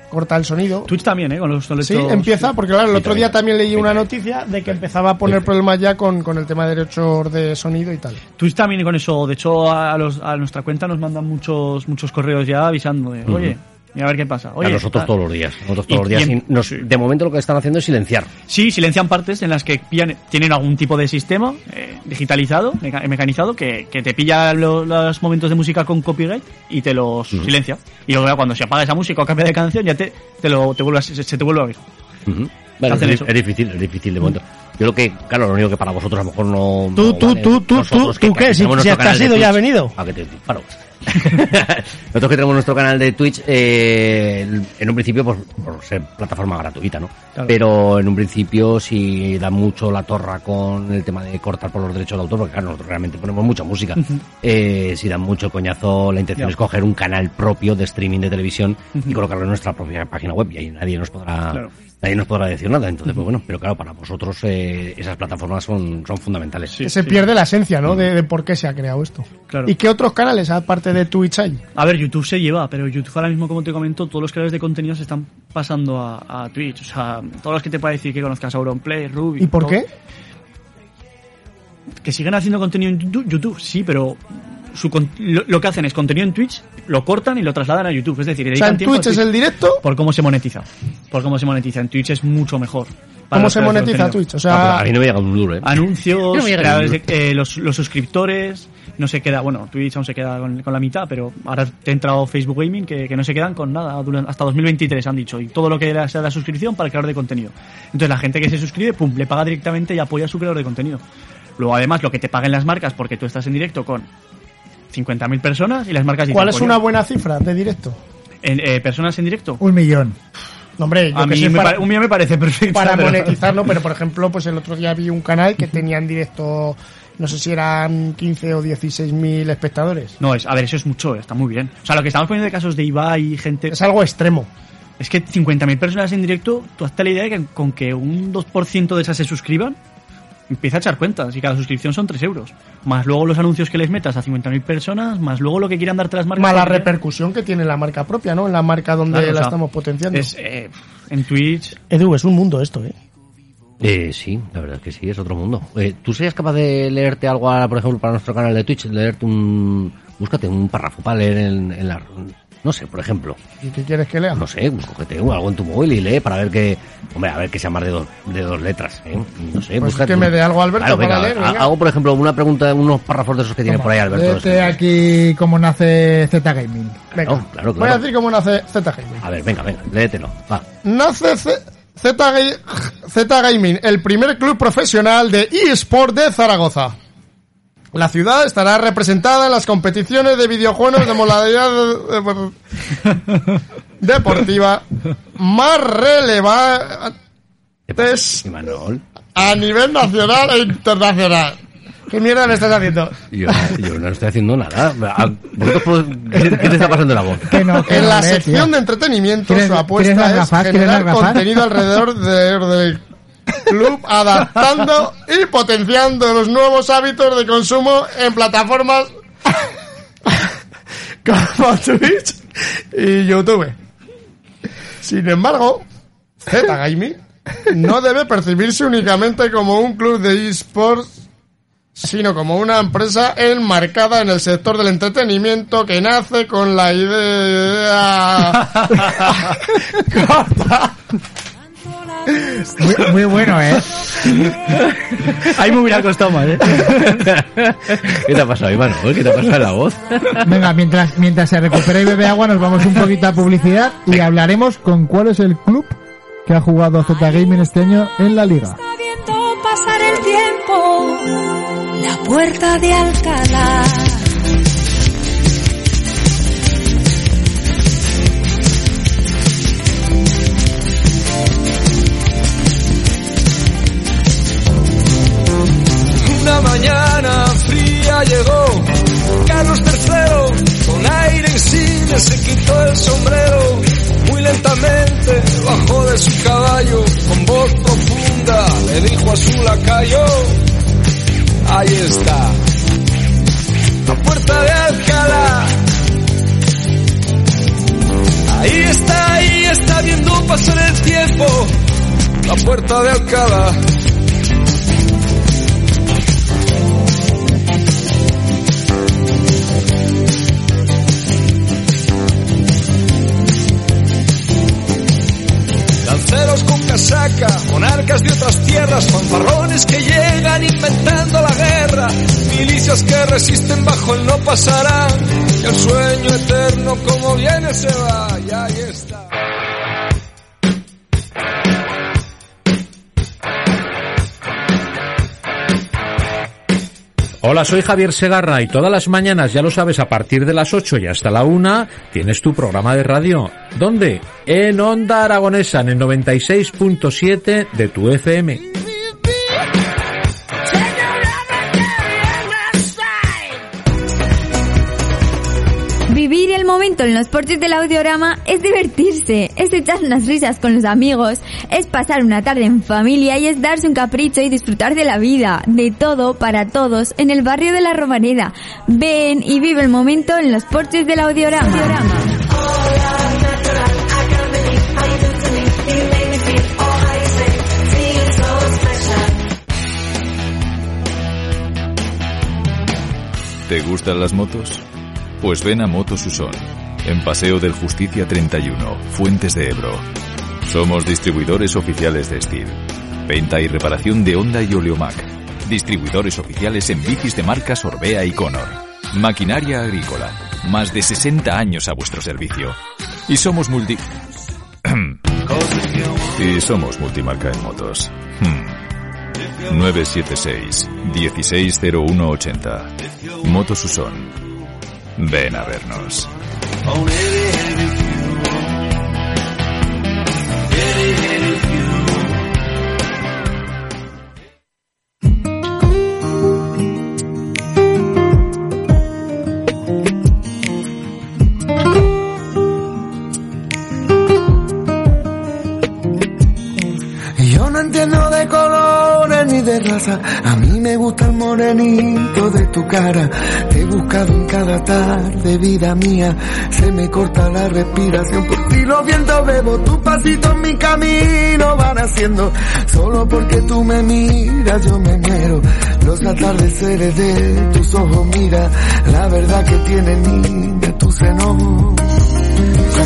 D: corta el sonido.
G: Twitch también, ¿eh? Con los, con los-
D: Sí, empieza, porque claro, el otro día
F: Vita,
D: también leí una noticia de que empezaba a poner problemas ya con, con el tema de derechos de sonido y tal.
G: Twitch también con eso. De hecho, a, los- a nuestra cuenta nos mandan muchos, muchos correos ya avisando de, oye, mira a ver qué pasa. Oye, ah,
F: a nosotros
D: ah,
G: tal".
F: todos los días. Nosotros todos
G: Y-
F: los días.
G: y-
F: y nos-
G: sí.
F: de momento lo que están haciendo es silenciar.
G: Sí, silencian partes en las que pillan- tienen algún tipo de sistema eh, digitalizado, meca- mecanizado, que, que te pilla lo- los momentos de música con copyright y te los silencia. Y luego ya cuando se apaga esa música o cambia de canción, ya te, te lo, te vuelve a- se, se te vuelve a oír.
F: Ujú. Bueno,
G: Hacen
F: es,
G: eso.
F: es difícil, es difícil de momento. Yo lo que, claro, lo único que para vosotros a lo mejor no.
D: Tú,
F: no
D: tú,
F: vale.
D: tú, tú,
F: Nosotros
D: tú, ¿tú qué?
F: tenemos
D: Si-
F: nuestro
D: si hasta
F: canal
D: has
F: de
D: ido ya
F: Twitch-
D: ha venido.
F: A que te disparo. [laughs] Nosotros que tenemos nuestro canal de Twitch, eh, en un principio, pues, por ser plataforma gratuita, ¿no?
G: Claro.
F: Pero en un principio, si da mucho la torra con el tema de cortar por los derechos de autor, porque claro, nosotros realmente ponemos mucha música. eh, si da mucho el coñazo, la intención
G: Ya.
F: es coger un canal propio de streaming de televisión y colocarlo en nuestra propia página web y ahí nadie nos podrá.
G: Claro.
F: Nadie nos podrá decir nada, entonces, pues bueno, pero claro, para vosotros eh, esas plataformas son, son fundamentales.
G: Sí.
D: se pierde la esencia, ¿no? De, de por qué se ha creado esto.
G: Claro.
D: ¿Y qué otros canales, aparte de Twitch, hay?
G: A ver, YouTube se lleva, pero YouTube ahora mismo, como te comento, todos los creadores de contenido se están pasando a, a Twitch. O sea, todos los que te pueda decir que conozcas Auronplay, Ruby.
D: ¿Y por
G: todo-
D: qué?
G: que siguen haciendo contenido en YouTube, YouTube, sí, pero su con- lo, lo que hacen es contenido en Twitch, lo cortan y lo trasladan a YouTube. Es decir,
D: O sea,
G: dedican
D: en
G: tiempo a
D: Twitch es el directo.
G: Por cómo se monetiza. Por cómo se monetiza. En Twitch es mucho mejor. para
D: ¿Cómo
G: los
D: se
G: creadores de
D: monetiza
G: contenido.
D: Twitch? O
F: Ah, pues
D: sea,
F: a mí no me llega un duro, ¿eh?
G: Anuncios,
F: No me llega
G: creadores
F: ninguno.
G: de- eh, los, los suscriptores, no se queda, bueno, Twitch aún se queda con, con la mitad, pero ahora te ha entrado Facebook Gaming que, que no se quedan con nada durante- hasta 2023, han dicho, y todo lo que era- sea la suscripción para el creador de contenido. Entonces la gente que se suscribe, pum, le paga directamente y apoya a su creador de contenido. Luego además lo que te paguen las marcas, porque tú estás en directo con 50.000 personas y las marcas dicen,
D: ¿cuál es
G: "Coño,
D: una buena cifra de directo?
G: en- eh, personas en directo?
E: Un millón.
D: No, hombre, yo
G: A
D: que
G: mí
D: sé,
G: me
D: para-
G: pare- un millón me parece perfecto.
D: para
G: [laughs] pero-
D: monetizarlo, pero por ejemplo, pues el otro día vi un canal que tenía en directo, no sé si eran 15 o 16 mil espectadores.
G: No, es, a ver, eso es mucho, está muy bien. O sea, lo que estamos poniendo de casos de Ibai y gente...
D: Es algo extremo.
G: Es que 50.000 personas en directo, tú hazte la idea de que con que un 2% de esas se suscriban, empieza a echar cuentas y cada suscripción son 3 euros. Más luego los anuncios que les metas a 50.000 personas, más luego lo que quieran darte las marcas.
D: Más la
G: Porque-
D: repercusión que tiene la marca propia, ¿no? En la marca donde
G: Claro, o
D: la
G: sea,
D: estamos potenciando.
G: es, eh, en Twitch.
D: Edu, es un mundo esto, ¿eh?
F: Eh, sí, la verdad es que sí, es otro mundo. Eh, ¿Tú serías capaz de leerte algo, ahora, por ejemplo, para nuestro canal de Twitch? Leerte un. Búscate un párrafo para leer en, en la. No sé, por ejemplo.
D: ¿Y qué quieres que lea?
F: No sé, búscate algo en tu móvil y lee para ver que. Hombre, a ver que sea más de dos, de dos letras. ¿eh? No sé,
D: Pues
F: búscate.
D: que me
F: un-
D: dé algo, Alberto, para
F: venga,
D: leer, venga.
F: ha- Hago, por ejemplo, una pregunta, unos párrafos de esos que tiene por ahí Alberto.
E: Vete aquí cómo nace Z Gaming.
D: Venga,
F: claro, claro,
D: voy a
F: claro.
D: decir cómo nace Z Gaming.
F: A ver, venga, venga, léetelo. Va.
D: Nace Z, Z Ga- Z Gaming, el primer club profesional de eSport de Zaragoza. La ciudad estará representada en las competiciones de videojuegos de modalidad [laughs] eh, deportiva más relevantes
F: ¿Qué pasa,
D: Pues-
F: Imanol?
D: a nivel nacional e internacional. ¿Qué mierda me estás haciendo?
F: Yo, yo no estoy haciendo nada. A- vosotros pod- ¿Qué qué te está pasando en la voz?
E: Que no,
D: [laughs]
E: que
D: En
E: no
D: la
E: lee,
D: sección
E: tío.
D: de entretenimiento,
E: ¿Quieres-
D: su
E: quieres
D: apuesta
E: las
D: es
E: gafas? ¿Quieres
D: generar [laughs]
E: las gafas?
D: contenido alrededor de, del Club adaptando y potenciando los nuevos hábitos de consumo en plataformas [laughs] como Twitch y YouTube. Sin embargo, Gaming no debe percibirse únicamente como un club de esports, sino como una empresa enmarcada en el sector del entretenimiento que nace con la idea corta
I: Muy, muy bueno, ¿eh?
G: Ahí me hubiera costado más, ¿eh?
F: ¿Qué te ha pasado, Iván? ¿Qué te ha pasado en la voz?
E: Venga, mientras, mientras se recupera y bebe agua, nos vamos un poquito a publicidad y hablaremos con cuál es el club que ha jugado Z Gaming este año en la liga.
J: Está viendo pasar el tiempo, la puerta de Alcalá.
C: Una mañana fría llegó Carlos III con aire insigne se quitó el sombrero muy lentamente bajó de su caballo con voz profunda le dijo a su lacayo ahí está la puerta de Alcalá ahí está ahí está viendo pasar el tiempo la puerta de Alcalá Lanceros con casaca, monarcas de otras tierras, fanfarrones que llegan inventando la guerra, milicias que resisten bajo el no pasará, y el sueño eterno como viene se va, y ahí está.
K: Hola, soy Javier Segarra y todas las mañanas, ya lo sabes, a partir de las 8 y hasta la 1, tienes tu programa de radio. ¿Dónde? En Onda Aragonesa, en el 96.7 de tu FM.
L: Vivir el momento en los porches del audiorama es divertirse, es echar unas risas con los amigos, es pasar una tarde en familia y es darse un capricho y disfrutar de la vida, de todo para todos en el barrio de la Romaneda. Ven y vive el momento en los porches del audiorama.
B: ¿Te gustan las motos? Pues ven a Moto Susón, en Paseo del Justicia 31, Fuentes de Ebro. Somos distribuidores oficiales de Steel. Venta y reparación de Honda y Oleomac. Distribuidores oficiales en bicis de marcas Orbea y Conor. Maquinaria agrícola. Más de 60 años a vuestro servicio. Y somos multi... [clears throat] y somos multimarca en motos. Hmm. 976-160180. Moto Susón. Ven a vernos.
C: Yo no entiendo de colores ni de raza. A mí me gusta el morenito de tu cara. Te he buscado en cada tarde, vida mía. Se me corta la respiración. Por ti los vientos bebo, tus pasitos en mi camino van haciendo. Solo porque tú me miras, yo me muero. Los atardeceres de tus ojos, mira. La verdad que tiene niña tus enojos.
J: Yo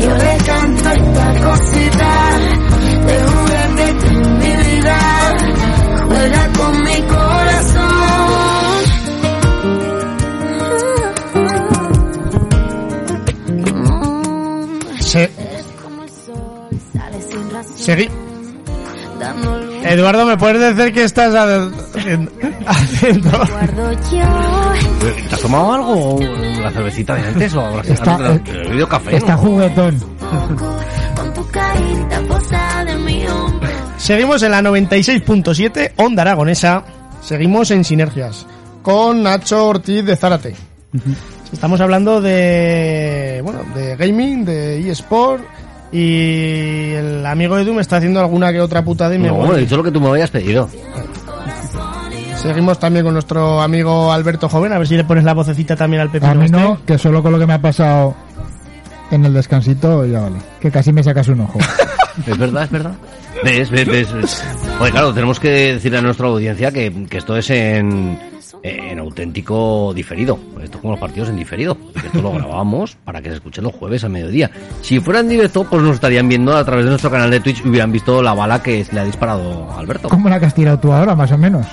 J: Yo le canto esta cosita de juguete de mi vida. Juega con mi corazón.
D: Se-
J: Como el sol sale sin razón.
D: Segui-
J: Dando luz
D: Eduardo, ¿me puedes decir qué estás haciendo?
F: ¿Te has tomado algo? ¿La cervecita de antes o ahora?
E: Está- eh,
F: ¿Te has bebido café?
E: Está juguetón.
D: Seguimos en la 96.7, Onda Aragonesa. Seguimos en Sinergias con Nacho Ortiz de Zárate. Estamos hablando de, bueno, de gaming, de eSport y el amigo Edu me está haciendo alguna que otra puta de mi
F: No,
D: abuela.
F: he dicho lo que tú me habías pedido.
D: Seguimos también con nuestro amigo Alberto Joven, a ver si le pones la vocecita también al Pepino.
E: A mí
D: este.
E: no, que solo con lo que me ha pasado en el descansito, ya vale. Que casi me sacas un
F: [laughs]
E: ojo.
F: Es verdad, es verdad. ¿Ves, ves, ves? ves. Oye, claro, tenemos que decirle a nuestra audiencia que, que esto es en, en auténtico diferido. Esto es como los partidos en diferido. Esto lo grabamos para que se escuchen los jueves a mediodía. Si fuera en directo, pues nos estarían viendo a través de nuestro canal de Twitch y hubieran visto la bala que le ha disparado a Alberto.
E: ¿Cómo la que has tirado tú ahora, más o
F: [laughs]
E: menos?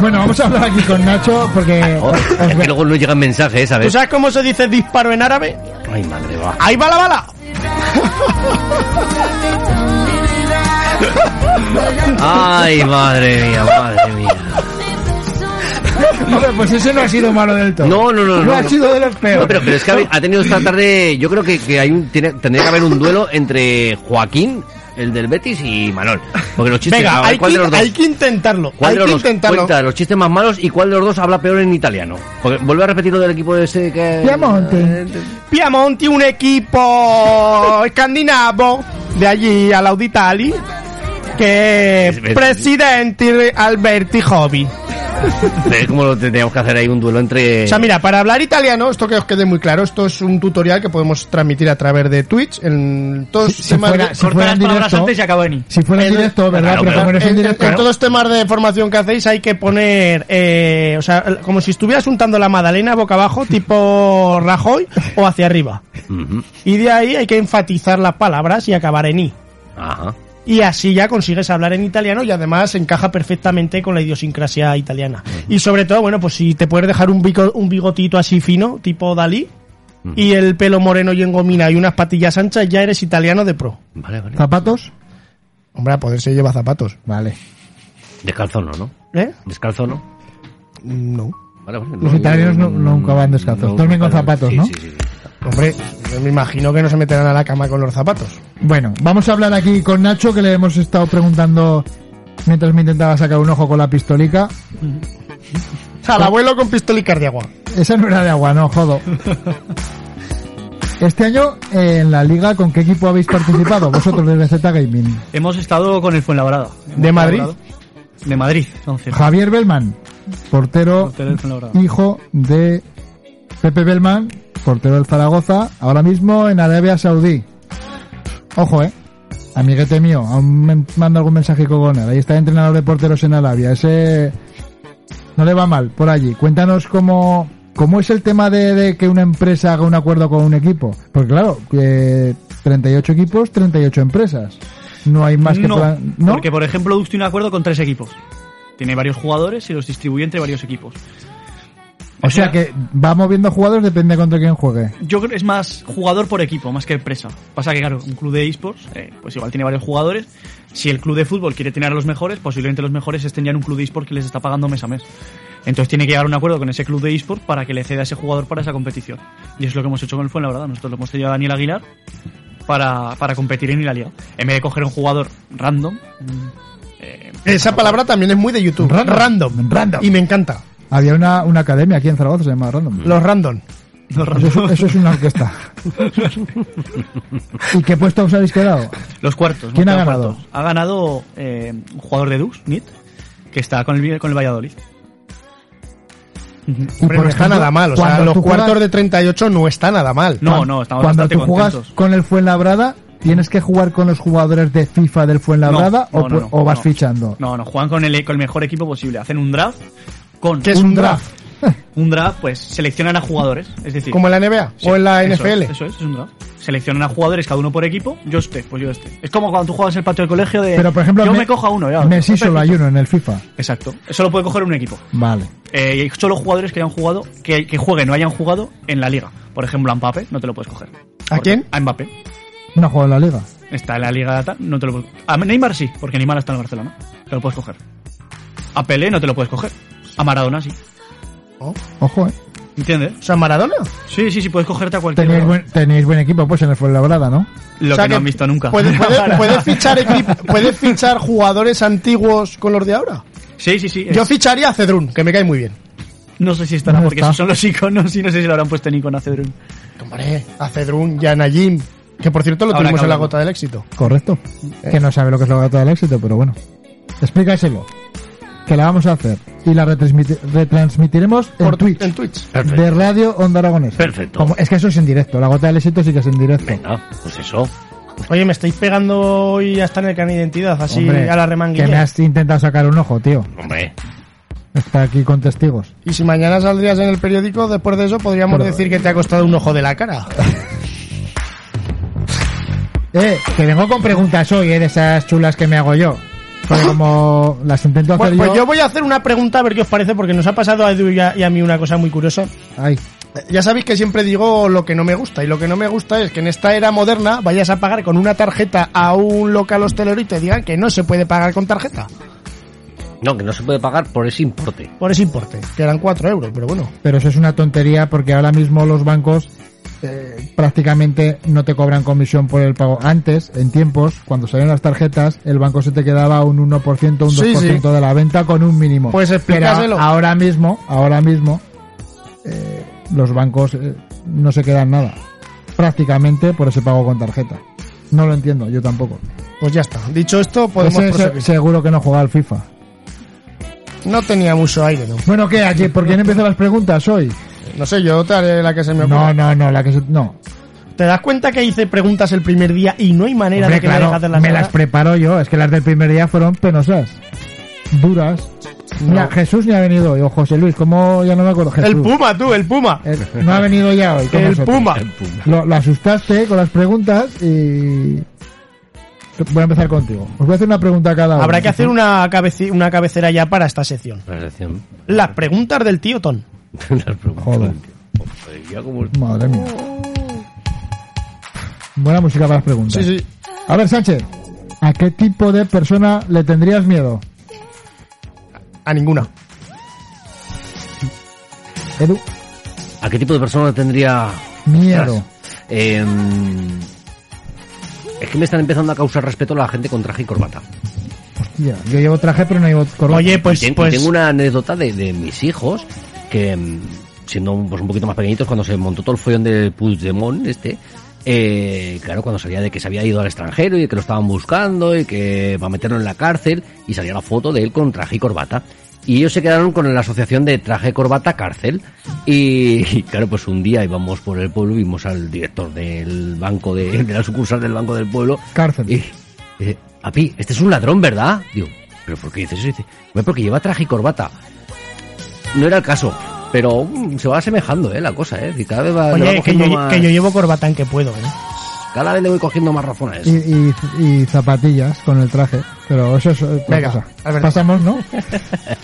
E: Bueno, vamos a hablar aquí con Nacho porque...
F: Oh, es que luego no llegan mensajes,
D: ¿Tú
F: ¿sabes?
D: sabes cómo se dice disparo en árabe?
F: Ay, madre va.
D: ¡Ahí va la bala!
F: Ay, madre mía, madre mía.
E: Hombre, pues ese no ha sido malo del todo.
F: No, no, no, no,
E: ha
F: no.
E: sido de los peores.
F: No, pero, pero es que ha, ha tenido esta tarde. Yo creo que, que hay un, tiene- tendría que haber un duelo entre Joaquín, el del Betis, y Manol. Porque los chistes. a
D: Venga,
F: ver,
D: hay
F: ¿cuál
D: que,
F: de los dos?
D: hay que intentarlo.
F: ¿Cuál
D: Hay
F: de los
D: que
F: dos
D: intentarlo.
F: cuenta los chistes más malos y cuál de los dos habla peor en italiano? Porque vuelve a repetir lo del equipo de ese que.
E: Piamonte.
D: Piamonte, un
F: [laughs]
D: equipo escandinavo de allí a Lauditali, que es
F: es-
D: presidente Alberti Hobby.
F: Es como lo tendríamos que hacer ahí un duelo entre.
D: O sea, mira, para hablar italiano, esto que os quede muy claro, esto es un tutorial que podemos transmitir a través de Twitch en todos
E: Si
D: temas
E: fuera-
D: de-
E: si fuera en directo- Si fuera en
D: En-
E: directo, ¿verdad?
F: Claro,
E: pero
F: pero-
E: como no es en
D: en, en-
E: directo...
D: en todos los temas de formación que hacéis hay que poner, eh, o sea, como si estuvieras untando la magdalena boca [laughs] abajo, tipo Rajoy, o hacia arriba.
F: Ujú.
D: Y de ahí hay que enfatizar las palabras y acabar en i.
F: Ajá.
D: Y así ya consigues hablar en italiano y además encaja perfectamente con la idiosincrasia italiana. Y sobre todo, bueno, pues si te puedes dejar un, bico- un bigotito así fino, tipo Dalí, y el pelo moreno y en gomina y unas patillas anchas, ya eres italiano de pro.
F: Vale, vale.
E: ¿Zapatos?
D: Hombre, a poder se lleva zapatos.
E: Vale.
F: Descalzo no, ¿no?
D: ¿Eh?
F: Descalzo no.
D: No.
F: Vale, vale.
E: Los
F: No,
E: italianos no- nunca van descalzos. Duermen con zapatos,
F: sí,
E: ¿no?
F: sí, sí, sí.
D: Hombre, yo me imagino que no se meterán a la cama con los zapatos.
E: Bueno, vamos a hablar aquí con Nacho, que le hemos estado preguntando mientras me intentaba sacar un ojo con la pistolica.
D: Al abuelo con pistolicas de agua.
E: Esa no era de agua, no, jodo. Este año eh, en la liga, ¿con qué equipo habéis participado? Vosotros desde Z Gaming.
G: Hemos estado con el Fuenlabrada. Hemos
E: ¿De Madrid?
G: colaborado. De Madrid, entonces.
E: Javier Belman, portero,
G: Portero del Fuenlabrada.
E: hijo de Pepe Belman, portero del Zaragoza, ahora mismo en Arabia Saudí. Ojo, eh. Amiguete mío, aún me manda algún mensaje con él. Ahí está el entrenador de porteros en Arabia. Ese no le va mal por allí. Cuéntanos cómo, cómo es el tema de, de que una empresa haga un acuerdo con un equipo. Porque claro, eh, 38 equipos, 38 empresas. No hay más que
G: no,
E: puedan- ¿no?
G: porque por ejemplo Dux tiene un acuerdo con tres equipos. Tiene varios jugadores y los distribuye entre varios equipos.
E: O sea que va moviendo jugadores depende contra quién juegue.
G: Yo creo que es más jugador por equipo, más que empresa. Pasa que, claro, un club de esports, eh, pues igual tiene varios jugadores. Si el club de fútbol quiere tener a los mejores, posiblemente los mejores estén ya en un club de esports que les está pagando mes a mes. Entonces tiene que llegar a un acuerdo con ese club de esports para que le ceda a ese jugador para esa competición. Y es lo que hemos hecho con el Fuenlabrada. Nosotros lo hemos cedido a Daniel Aguilar para, para competir en la liga. En vez de coger un jugador random, mm,
D: Esa palabra también es muy de YouTube.
E: Random.
D: Random.
E: Random.
D: Y me encanta.
E: Había una, una academia aquí en Zaragoza, se llamaba Random.
D: Los random.
G: Los
E: Eso, es- eso es una orquesta. ¿Y qué puesto os habéis quedado?
G: Los cuartos.
E: ¿Quién
G: hemos
E: ha
G: quedado
E: ganado?
G: cuartos. Ha ganado eh, un jugador de Dux, Nit, que está con el, con el Valladolid.
E: Y
D: Hombre,
E: por
D: no está
E: ejemplo,
D: nada mal. O sea,
E: cuando
D: los
E: tú juegas-
D: cuartos de 38 no está nada mal.
G: No, no, estamos
E: Cuando
G: bastante
E: tú juegas
G: contentos.
E: con el Fuenlabrada, ¿tienes que jugar con los jugadores de FIFA del Fuenlabrada
G: No, no,
E: o,
G: no,
E: pu-
G: no,
E: o vas
G: no.
E: fichando?
G: No, no, juegan con el, con el mejor equipo posible. Hacen un draft con...
D: ¿Qué es un draft?
G: Un draft, pues seleccionan a jugadores. Es decir,
D: ¿Como en la NBA?
G: Sí,
D: ¿O en la
G: eso
D: NFL?
G: es, Eso es, es un draft. Seleccionan a jugadores cada uno por equipo. Yo este, pues yo este. Es como cuando tú juegas en el patio del colegio
D: Eh,
G: de...
E: Pero por ejemplo,
G: yo me, cojo a uno. Ya,
E: Messi
G: perfecto.
E: solo hay uno en el FIFA.
G: Exacto. Eso lo puede coger un equipo.
E: Vale.
G: Eh, y hay solo jugadores que hayan jugado, que, que jueguen o hayan jugado en la liga. Por ejemplo, a Mbappé no te lo puedes coger.
D: ¿A quién?
G: A Mbappé.
E: No juega en la liga.
G: Está en la liga tal, no te lo puedes- A Neymar sí, porque Neymar está en el Barcelona. Te lo puedes coger. A Pelé no te lo puedes coger. A Maradona sí.
E: Ojo, eh.
G: ¿Entiendes?
D: ¿O sea, Maradona?
G: Sí, sí, sí, puedes cogerte a cualquier.
E: Tenéis buen, tenéis buen equipo, pues en el Fuenlabrada, ¿no?
G: Lo
D: O sea
G: que no
D: que
G: han visto nunca. [laughs]
D: ¿Puedes, puedes- puedes fichar equip- puedes fichar jugadores antiguos con los de ahora?
G: Sí, sí, sí. es-
D: Yo ficharía a Cedrún, que me cae muy bien.
G: No sé si estará,
D: No
G: porque
D: está.
G: esos son los iconos y no sé si lo habrán puesto en icono a Cedrún.
D: Hombre, a Cedrún y a Najim, que por cierto lo
G: Ahora
D: tuvimos en la
G: acabamos.
D: gota del éxito.
E: Correcto.
D: Eh.
E: Que no sabe lo que es la gata del éxito, pero bueno. Explícaselo. Que la vamos a hacer. Y la retransmiti- retransmitiremos en Twitch.
D: En Twitch.
E: De Radio Onda Aragonesa.
F: Perfecto.
E: Como- es que eso es en directo. La gota del éxito sí que es en directo.
F: Venga, pues eso.
D: Oye, me estáis pegando hoy hasta en el can de identidad, así
E: Hombre,
D: a la
E: que me
D: remanguilla.
E: has intentado sacar un ojo, tío.
F: Hombre.
E: Está aquí con testigos.
D: Y si mañana saldrías en el periódico, después de eso podríamos
E: Pero-
D: decir que te ha costado un ojo de la
E: [laughs]
D: cara.
E: Eh, que vengo con preguntas hoy, eh, de esas chulas que me hago yo. Pero como las intento hacer
D: Bueno, pues
E: yo...
D: yo voy a hacer una pregunta a ver qué os parece, porque nos ha pasado a Edu y a, y a mí una cosa muy curiosa.
E: Ay.
D: Ya sabéis que siempre digo lo que no me gusta, y lo que no me gusta es que en esta era moderna vayas a pagar con una tarjeta a un local hostelero y te digan que no se puede pagar con tarjeta,
F: No, que no se puede pagar por ese importe.
D: por ese importe, que eran 4 euros, pero bueno.
E: Pero eso es una tontería porque ahora mismo los bancos eh, prácticamente no te cobran comisión por el pago. Antes, en tiempos, cuando salieron las tarjetas, el banco se te quedaba un 1%, un 2%
D: Sí, sí.
E: de la venta con un mínimo.
D: Pues explícaselo.
E: Pero a- ahora mismo, ahora mismo, eh, los bancos eh, no se quedan nada. Prácticamente por ese pago con tarjeta. No lo entiendo, yo tampoco.
D: Pues ya está. Dicho esto, podemos
E: Ese se-
D: proseguir.
E: seguro que no juega al FIFA.
D: No tenía mucho aire, ¿no?
E: Bueno, ¿qué? Aquí, ¿Por quién empiezan las preguntas hoy?
D: No sé, yo te haré la que se me
E: No,
D: ocurra.
E: no, no, la que se- no.
D: ¿Te das cuenta que hice preguntas el primer día y no hay manera
E: Hombre,
D: de que
E: claro,
D: me dejas de las
E: me las preparo yo, es que las del primer día fueron penosas, duras. Mira, Jesús ni ha venido hoy, o José Luis, ¿cómo ya no me acuerdo? Jesús.
D: El Puma, tú, el Puma.
E: El- no ha venido ya hoy. con
D: El
E: nosotros.
D: Puma.
E: Lo, lo asustaste con las preguntas y... Voy a empezar contigo. Os voy a hacer una pregunta a cada uno.
D: Habrá que hacer una, cabece- una cabecera ya para esta sección.
F: La relación.
D: Las preguntas del tío Ton.
F: Las preguntas.
E: Joder.
F: Joder, ya como el-
E: Madre mía. Buena música para las preguntas.
D: Sí, sí.
E: A ver, Sánchez, ¿a qué tipo de persona le tendrías miedo?
D: A ninguna.
E: Edu,
F: ¿A qué tipo de persona tendría
E: miedo.
F: Eh, es que me están empezando a causar respeto la gente con traje y corbata.
E: Hostia, yo llevo traje pero no llevo corbata.
D: Oye, pues,
F: Y ten- y
D: pues
F: tengo una anécdota de, de mis hijos que, mm, siendo pues, un poquito más pequeñitos, cuando se montó todo el follón del Puigdemont, este, eh, claro, cuando salía de que se había ido al extranjero y que lo estaban buscando y que va a meterlo en la cárcel, y salía la foto de él con traje y corbata. Y ellos se quedaron con la asociación de traje, corbata, cárcel. Y, y claro, pues un día íbamos por el pueblo, vimos al director del banco, de, de la sucursal del Banco del Pueblo,
E: Cárcel.
F: y dice, papi, este es un ladrón, ¿verdad? Digo, ¿pero por qué dices eso? Dice, "Hombre, porque lleva traje y corbata. No era el caso, pero mm, se va asemejando, ¿eh? La cosa, ¿eh? Y cada vez va, le
D: Oye,
F: va
D: que
F: cogiendo
D: yo,
F: más-
D: que yo llevo corbatán que puedo, ¿eh?
F: Cada vez le voy cogiendo más razón a eso.
E: Y, y- y zapatillas con el traje. Pero eso es otra
D: Venga,
E: cosa.
D: Alberto. [laughs]
E: Pasamos, ¿no?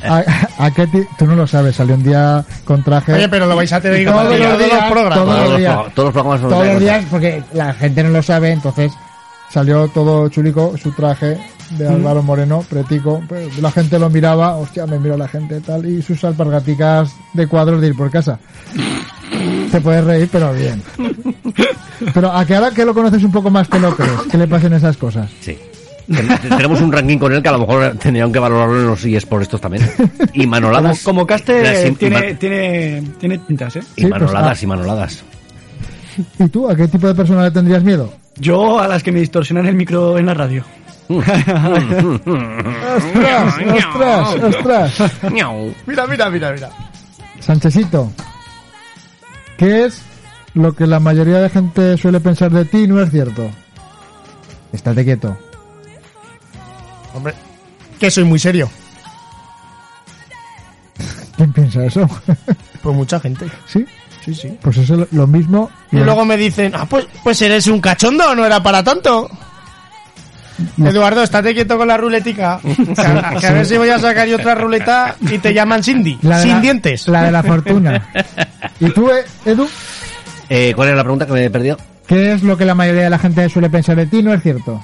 E: ¿A, a qué ti- Tú no lo sabes, salió un día con traje.
D: Oye, pero lo vais a tener que
E: Todos
D: compartir
E: los
D: todos
E: días,
D: los programas.
E: todos los días.
F: pro- todos los programas son
E: todos
F: otra
E: los
F: cosa.
E: días, porque la gente no lo sabe, entonces salió todo chulico su traje de Álvaro Moreno, pretico. pues, La gente lo miraba, hostia, me mira la gente tal, y sus alpargaticas de cuadros de ir por casa. Te puedes reír, pero [laughs] bien. Pero a que ahora que lo conoces un poco más te lo crees, que le pasen esas cosas.
F: Sí. Ten- Tenemos un ranking con él que a lo mejor tendrían que valorarlo en los es por
E: [laughs]
F: estos también. Y manoladas.
G: Como
F: Las
G: Caste
F: im-
G: Eh, tiene,
F: ima-
G: tiene, tiene tintas, ¿eh?
F: y
E: Sí, pues,
F: manoladas,
E: ah.
F: y manoladas.
E: ¿Y tú a qué tipo de persona le tendrías miedo?
G: Yo a las que me distorsionan el micro en la radio.
E: [laughs] ¡Ostras! ¡Ostras! [laughs] ¡Ostras!
D: Mira, mira, mira, mira.
E: Sanchezito, ¿qué es lo que la mayoría de gente suele pensar de ti y no es cierto? Estate quieto.
D: Hombre, que soy muy serio.
E: ¿Quién piensa eso? [laughs]
D: Pues mucha gente.
E: ¿Sí?
D: Sí, sí.
E: Pues eso es lo mismo.
D: Y luego me dicen, ah, pues, pues eres un cachondo, no era para tanto. Eduardo, estate quieto con la [laughs] ruletica. Que a, que a ver si voy a sacar yo otra ruleta y te llaman Cindy.
E: La de
D: sin
E: la-
D: dientes.
E: La de la fortuna. ¿Y tú, eh, Edu?
F: Eh, ¿Cuál era la pregunta que me he perdido?
E: ¿Qué es lo que la mayoría de la gente suele pensar de ti? No es cierto.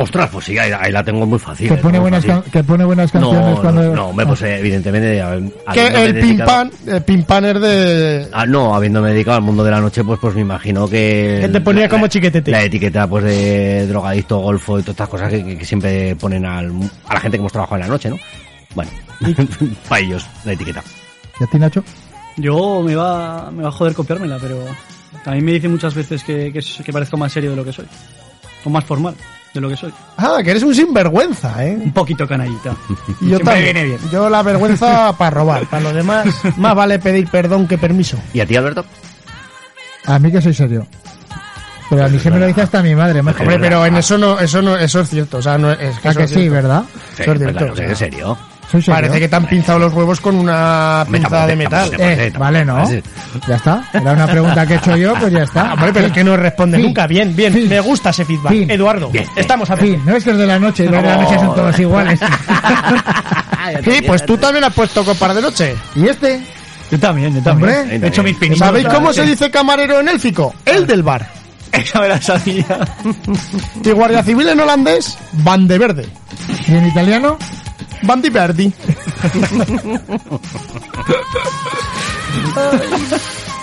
F: Ostras, pues sí, ahí, ahí la tengo muy fácil.
E: Que
F: eh,
E: pone,
F: muy
E: buenas
F: fácil.
E: can- que pone buenas canciones
F: No,
E: cuando... Ah.
F: no, no, hombre, pues eh, evidentemente. eh,
D: Que
F: habiéndome
D: el
F: dedicado-
D: pimpan, el pimpan es de...
F: Ah, no, habiéndome dedicado al mundo de la noche, pues pues me imagino que...
D: Que te ponía
F: la-
D: como
F: la-
D: chiquetete.
F: La etiqueta pues de drogadicto, golfo y todas estas cosas que, que- que siempre ponen al, a la gente que hemos trabajado en la noche, ¿no? Bueno, [laughs] para ellos, la etiqueta.
E: ¿Y a ti, Nacho?
G: Yo me va, me va a joder copiármela, pero también me dicen muchas veces que, que, que parezco más serio de lo que soy. O más formal de lo que soy.
D: Ah, que eres un sinvergüenza, ¿eh?
G: [laughs] Un poquito canallita.
D: Y yo
G: Siempre
D: también.
G: me viene bien.
D: Yo la vergüenza para robar. Para lo demás, más vale pedir perdón que permiso.
F: ¿Y a ti, Alberto?
E: A mí que soy serio. Pero a mí siempre lo dice hasta mi madre, macho.
D: Hombre, pero en eso no, eso no, eso es cierto. O sea, no es
E: Ah,
D: eso
E: que
D: es
E: sí,
D: cierto.
E: ¿verdad?
F: Sí,
D: Eso es cierto,
F: claro,
D: o sea,
F: ¿En serio?
E: Soy serio.
D: Parece que te han pinzado los huevos con una
F: Hombre,
D: pinzada de
F: tampoco
D: metal.
F: te- tampoco te-
D: Eh,
F: tampoco
E: Vale, ¿no?
F: te-
E: Ya está. Era una pregunta que he hecho yo, pues ya
D: [laughs]
E: está.
D: Hombre, pero es que no responde
E: Fin.
D: nunca. Bien, bien. Me gusta ese feedback.
E: Fin.
D: Eduardo,
F: Bien, bien,
D: estamos a
E: Sí, no es que es de la noche y los de la noche son
D: [laughs]
E: todos iguales.
D: Sí, pues tú también has puesto copar de noche.
E: ¿Y este?
G: Yo también, yo también.
E: Hombre,
G: He hecho mis pinitos.
D: ¿Sabéis cómo se dice camarero en élfico? El del bar.
G: Esa me la sabía.
D: Y guardia civil en holandés, van de verde.
E: ¿y en italiano?
D: Van di verdi.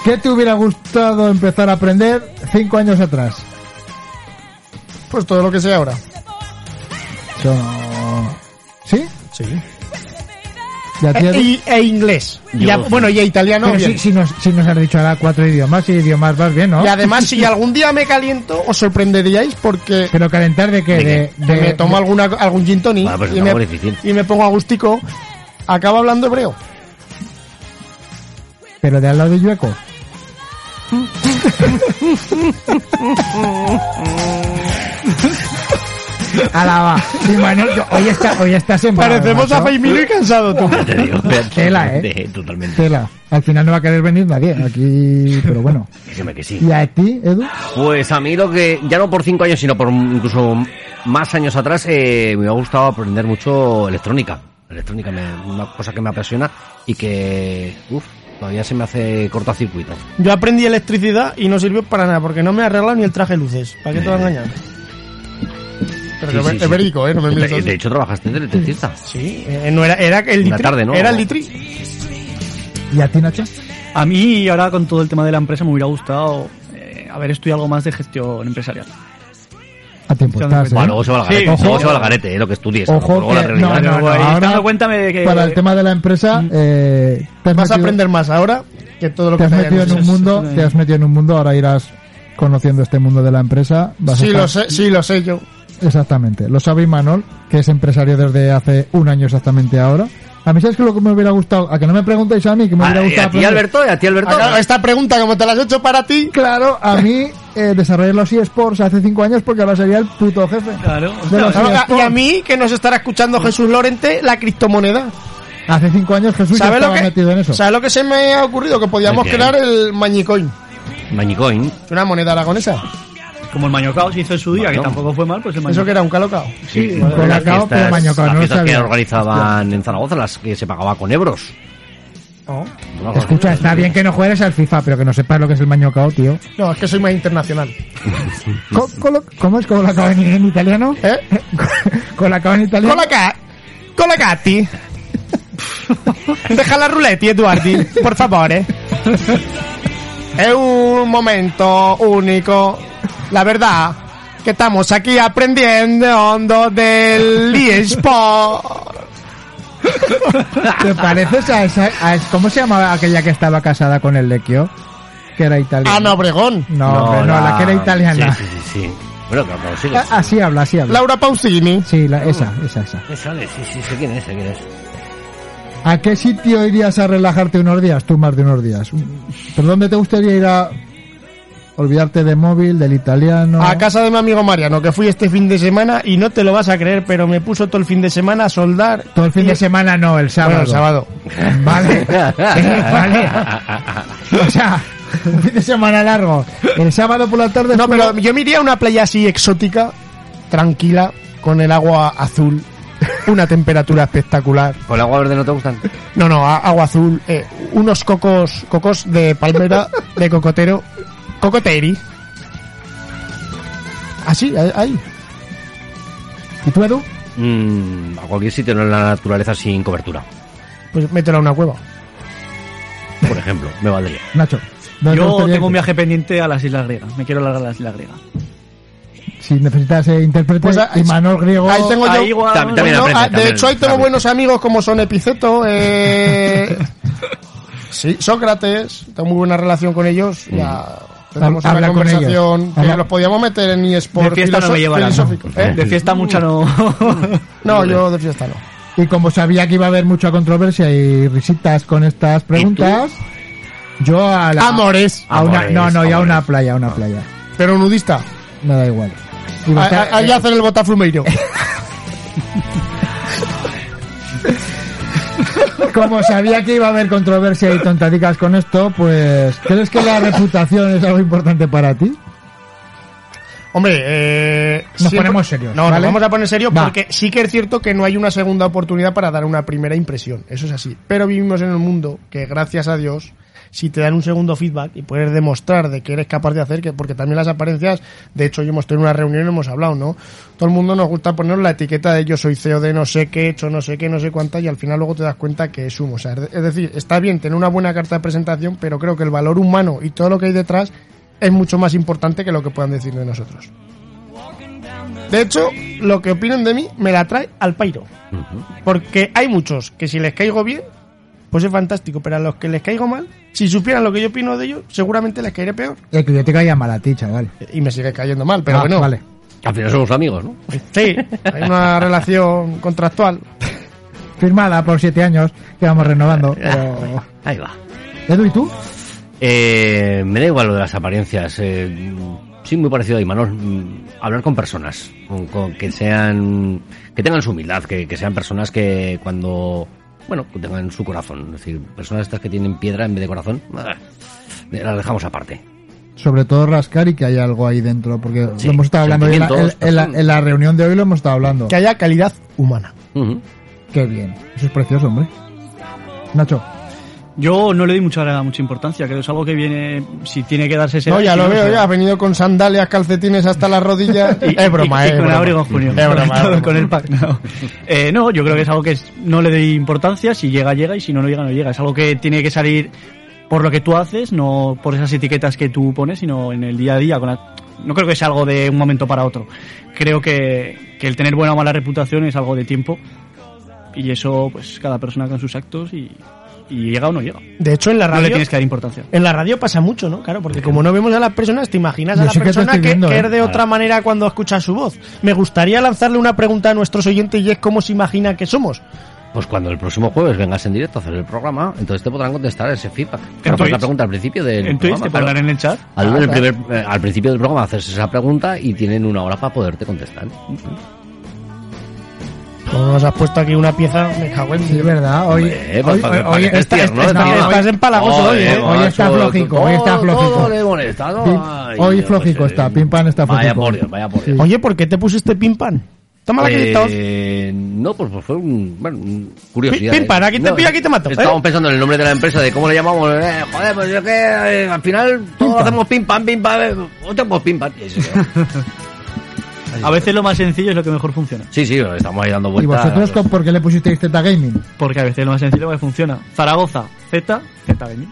E: ¿Qué te hubiera gustado empezar a aprender cinco años atrás?
D: Pues todo lo que sea ahora.
E: Yo no- ¿Sí?
D: Sí.
E: ¿Y a ti, Edu?
D: E, e inglés. Y a-
F: Yo-
D: bueno, y a italiano.
E: Pero
D: bien.
E: sí, sí nos, sí nos has dicho ahora cuatro idiomas, y idiomas vas bien, ¿no?
D: Y además, si algún día me caliento, os sorprenderíais porque
E: Pero calentar de qué?
F: ¿De
E: De, de-
D: me tomo alguna, algún gin tonic
F: Bueno, pues
D: y,
F: está
D: me,
F: muy difícil.
D: y me pongo a gustico. Acabo hablando hebreo.
E: Pero de al lado de Yueco. Alaba. Y Manuel, yo- hoy, está, hoy estás en
D: Parecemos a Faimino y cansado tú.
F: Te digo,
D: [laughs]
E: Tela, ¿eh?
F: de- Totalmente.
E: Tela. Al final no va a querer venir nadie aquí, pero bueno.
F: Dígame que sí.
E: ¿Y a ti, Edu?
F: Pues a mí lo que, ya no por cinco años, sino por incluso más años atrás, eh, me ha gustado aprender mucho electrónica. Electrónica, me- una cosa que me apasiona y que, uff, todavía se me hace cortocircuito.
D: Yo aprendí electricidad y no sirvió para nada porque no me arreglan ni el traje de luces. ¿Para qué te va a engañar? Pero
F: Sí,
D: que
F: sí,
D: es
F: sí.
D: verídico, ¿eh? No me mires
F: de,
D: así.
F: de hecho, trabajaste de electricista.
D: Sí, eh, no era, era el
F: Una
D: litri.
F: tarde, ¿no?
D: Era el litri.
E: ¿Y a ti, Nacho?
G: A mí, ahora con todo el tema de la empresa, me hubiera gustado eh, haber estudiado algo más de gestión empresarial.
E: A tiempo estás, ¿eh?
F: Bueno, luego se va al garete,
E: Ojo.
F: luego se va al garete, eh, lo que estudies.
E: Ojo
F: Luego la
G: Eh,
E: que-
F: realidad-
E: no, no, no,
G: Ahí
E: ahora-
G: dando cuenta de que...
E: Para el tema de la empresa, eh, te has
D: Mm. Vas a
E: metido-
D: aprender más ahora que todo lo
E: te
D: que
E: has
D: te hayan
E: metido en
D: dicho.
E: un mundo,
G: sí, sí.
E: te has metido en un mundo, ahora irás conociendo este mundo de la empresa. vas a
D: Sí
E: estar-
D: lo sé, sí lo sé yo.
E: Exactamente, lo sabe Imanol, que es empresario desde hace un año exactamente ahora. A mí sabes que lo que me hubiera gustado, a que no me preguntéis a mí, que me
F: Ah,
E: hubiera
F: ¿y
E: gustado
F: a ti,
E: aprender?
F: Alberto? ¿Y a ti, Alberto?
D: Acá- Esta pregunta, como te la has hecho para ti,
E: Claro, a mí eh, desarrollar los eSports hace cinco años porque ahora sería el puto jefe.
G: Claro,
E: De los
D: Claro,
E: eSports.
D: y a mí, que nos estará escuchando Jesús Lorente, la criptomoneda.
E: Hace cinco años Jesús ya
D: ¿Sabes lo,
E: estaba metido en
D: que,
E: eso.
D: ¿Sabes lo que se me ha ocurrido? Que podíamos
F: Ok.
D: crear el Mañicoin,
F: Mañicoin.
D: una moneda aragonesa.
G: Como el Mañocao se hizo en su día,
F: Bueno.
G: que tampoco fue mal, pues
D: Eso
G: el
D: que
G: Mañocao.
D: era un calocao.
F: Sí,
E: con
F: bueno, las
E: cacao, pero
F: fiestas-
E: mañocao,
F: las
E: no lo
F: fiestas que
E: sabía.
F: organizaban en Zaragoza, las que se pagaba con euros. No,
E: Escucha, está bien que no juegues al FIFA, pero que no sepas lo que es el mañocao, tío.
D: No, es que soy más internacional.
E: Co- colo- ¿Cómo es colacao en, en italiano? [laughs]
D: ¿Eh?
E: ¿Colacao en italiano?
D: Colaca, colacati. Deja la ruletti, Eduardi, por favore. Es un momento único. La verdad que estamos aquí aprendiendo hondo del eSport.
E: ¿Te pareces a esa, a es- ¿Cómo se llamaba aquella que estaba casada con el Lequio? Que era italiana.
D: Ana Ah, Obregón.
E: No, hombre, no, la que era italiana.
F: Sí, sí, sí. sí. Bueno, claro, claro, sí.
E: A- Así habla, así habla.
D: Laura Pausini.
E: Sí, la- esa, esa, esa.
F: Me sale, sí, sí, sé quién es, sé quién es.
E: ¿A qué sitio irías a relajarte unos días? Tú más de unos días. ¿Pero dónde te gustaría ir a olvidarte de móvil, del italiano?
D: A casa de mi amigo Mariano, que fui este fin de semana y no te lo vas a creer, pero me puso todo el fin de semana a soldar.
E: Todo el fin de semana no, el
D: Bueno,
E: sábado.
D: el sábado. [laughs]
E: Vale. Eh, vale. O sea, un fin de semana largo. El sábado por la tarde.
D: No, pero yo me iría a una playa así exótica, tranquila, con el agua azul, una temperatura espectacular.
F: ¿Con el agua verde no te gustan?
D: No, no, a- agua azul, eh, unos cocos, cocos de palmera, de cocotero, Cocoteri. Así, ahí, ahí. ¿Y tú, Edu?
F: Mm, a cualquier sitio en la naturaleza sin cobertura.
D: Pues mételo a una cueva.
F: Por ejemplo, me valdría.
E: Nacho.
G: Yo tengo un viaje pendiente a las Islas Griegas. Me quiero largar a las Islas Griegas.
E: Si necesitas eh, intérprete,
D: Pues, ah,
E: y Manol Griego.
D: Ahí tengo yo.
G: Ahí igual- También- también
D: Bueno,
G: aprende,
D: ah, de
G: también,
D: hecho, ahí tengo
G: también.
D: buenos amigos como son Epiceto,
G: [laughs]
D: eh, sí, Sócrates. Tengo muy buena relación con ellos. Ya
G: Mm.
D: tenemos
E: Habla
D: una
E: con
D: conversación
E: ellos.
D: que
E: Habla-
D: los podíamos meter en eSport
G: de fiesta no me
D: filoso-
G: llevarán.
D: filosófico, ¿eh?
G: De fiesta mucha no. [laughs]
D: No, yo de fiesta no.
E: Y como sabía que iba a haber mucha controversia y risitas con estas preguntas, yo a
G: Ah.
E: la.
D: Amores.
E: A una, no, no, y a
D: Amores.
E: una playa, a una playa.
D: Pero nudista.
E: Me da igual. Y
D: A-
E: botar-
D: a- Ahí
G: eh,
D: hacen el botafumeiro.
E: [laughs]
G: [laughs]
E: Como sabía que iba a haber controversia y tontadicas con esto, pues ¿crees que la reputación es algo importante para ti?
D: Hombre, eh,
E: Nos ponemos serios,
D: No,
E: ¿vale?
D: nos vamos a poner serios
E: Va.
D: porque sí que es cierto que no hay una segunda oportunidad para dar una primera impresión. Eso es así. Pero vivimos en un mundo que, gracias a Dios, si te dan un segundo feedback y puedes demostrar de que eres capaz de hacer, que porque también las apariencias, de hecho, hoy hemos tenido una reunión y hemos hablado, ¿no? Todo el mundo nos gusta poner la etiqueta de yo soy CEO de no sé qué, he hecho no sé qué, no sé cuánta, y al final luego te das cuenta que es humo. O sea, es de- es decir, está bien tener una buena carta de presentación, pero creo que el valor humano y todo lo que hay detrás es mucho más importante que lo que puedan decir de nosotros. De hecho, lo que opinen de mí me la trae al pairo. Porque hay muchos que si les caigo bien, pues es fantástico. Pero a los que les caigo mal, si supieran lo que yo opino de ellos, seguramente les caeré peor.
E: El Eh, que yo te caía mal a ti, chaval.
D: Y me sigue cayendo mal, pero
E: Ah,
D: bueno.
E: Vale.
F: Al final somos amigos, ¿no?
D: Sí, hay [laughs] una relación contractual.
E: Firmada por siete años, que vamos
D: [laughs]
E: renovando. pero-
F: Ahí va.
E: Edu, ¿y tú?
F: Eh, me da igual lo de las apariencias. eh, sí, muy parecido a Imanol. mm, Hablar con personas, con, con- que sean, que tengan su humildad, que, que sean personas que cuando, bueno, que tengan su corazón. Es decir, personas estas que tienen piedra en vez de corazón, ah, las dejamos aparte.
E: Sobre todo rascar y que haya algo ahí dentro, porque
F: Sí,
E: lo hemos estado hablando hoy en la,
F: sentimientos,
E: en- en la-
F: razón.
E: en la reunión de hoy, lo hemos estado hablando.
D: Que haya calidad humana.
F: Ujú.
E: Qué bien. Eso es precioso, hombre. Nacho.
G: Yo no le di mucha, mucha importancia, creo que es algo que viene, si tiene que darse ese...
D: No, ya
G: si
D: lo
G: se
D: veo,
G: da.
D: ya. Has venido con sandalias, calcetines hasta las [laughs] rodillas.
G: Y-
D: es broma,
G: y- y
D: eh.
G: con
D: broma.
G: abrigo en junio.
D: [laughs] Es broma, es broma.
G: Con el pack. No. Eh, no, yo creo que es algo que es- no le doy importancia. Si llega, llega. Y si no, no llega, no llega. Es algo que tiene que salir por lo que tú haces, no por esas etiquetas que tú pones, sino en el día a día. Con la- no creo que sea algo de un momento para otro. Creo que, que el tener buena o mala reputación es algo de tiempo. Y eso, pues, cada persona con sus actos y, y llega o no llega.
D: De hecho, en la
G: No
D: radio.
G: le tienes que dar importancia.
D: En la radio pasa mucho, ¿no? Claro, porque como no vemos a las personas, te imaginas a
E: Yo
D: la
E: sí que te
D: persona
E: estoy
D: que,
E: viendo,
D: que
E: ¿eh?
D: es de otra manera cuando escucha su voz. Me gustaría lanzarle una pregunta a nuestros oyentes y es cómo se imagina que somos.
F: Pues cuando el próximo jueves vengas en directo a hacer el programa, entonces te podrán contestar ese feedback. Pero fue
G: Twitch?
F: la pregunta al principio del
G: En Twitch
F: programa.
G: te
F: claro.
G: pondrán en el chat. Ah,
F: Al, del primer- eh, al principio del programa haces esa pregunta y tienen una hora para poderte contestar.
D: Como nos has puesto aquí una pieza, me cago
F: Pues
D: en
E: Sí, es verdad. Hoy,
F: Eh,
E: hoy,
F: pa- pa-
E: hoy-
F: pa-
E: hoy-
F: que estés
E: esta-
F: tierno,
E: esta-
F: tío.
E: no,
D: estás empalagoso hoy,
F: Joder,
D: ¿eh?
E: Hoy está
F: macho,
E: flojico,
F: tú-
E: hoy está
F: todo-
E: flojico.
F: Todo le
D: [laughs]
F: molesta, ¿no?
E: Pim-
F: Ay,
E: hoy
F: yo no
E: flojico
F: sé.
E: está, Pim Pan está
F: Vaya
E: flojico.
F: por Dios, vaya por Dios.
D: Oye, ¿por qué te pusiste pim pan? Toma la galletita.
F: Eh, no, pues, pues fue un, bueno, un-
D: Pim,
F: curiosidad.
D: pim,
F: ¿eh?
D: para, aquí te
F: No,
D: pillo, aquí te mato,
F: Estábamos
D: ¿eh?
F: pensando en el nombre de la empresa, de cómo le llamamos. eh, joder, pues yo que eh, al final todos hacemos pim pam, pim pam, eh, hoy tenemos pim pam. Y eso,
G: A veces lo más sencillo es lo que mejor funciona.
F: Sí, sí, estamos ahí dando
E: ¿Y
F: vueltas.
E: vosotros con- por qué le pusisteis Zeta Gaming?
G: Porque a veces lo más sencillo es lo que funciona. Zaragoza, Z, Z Gaming.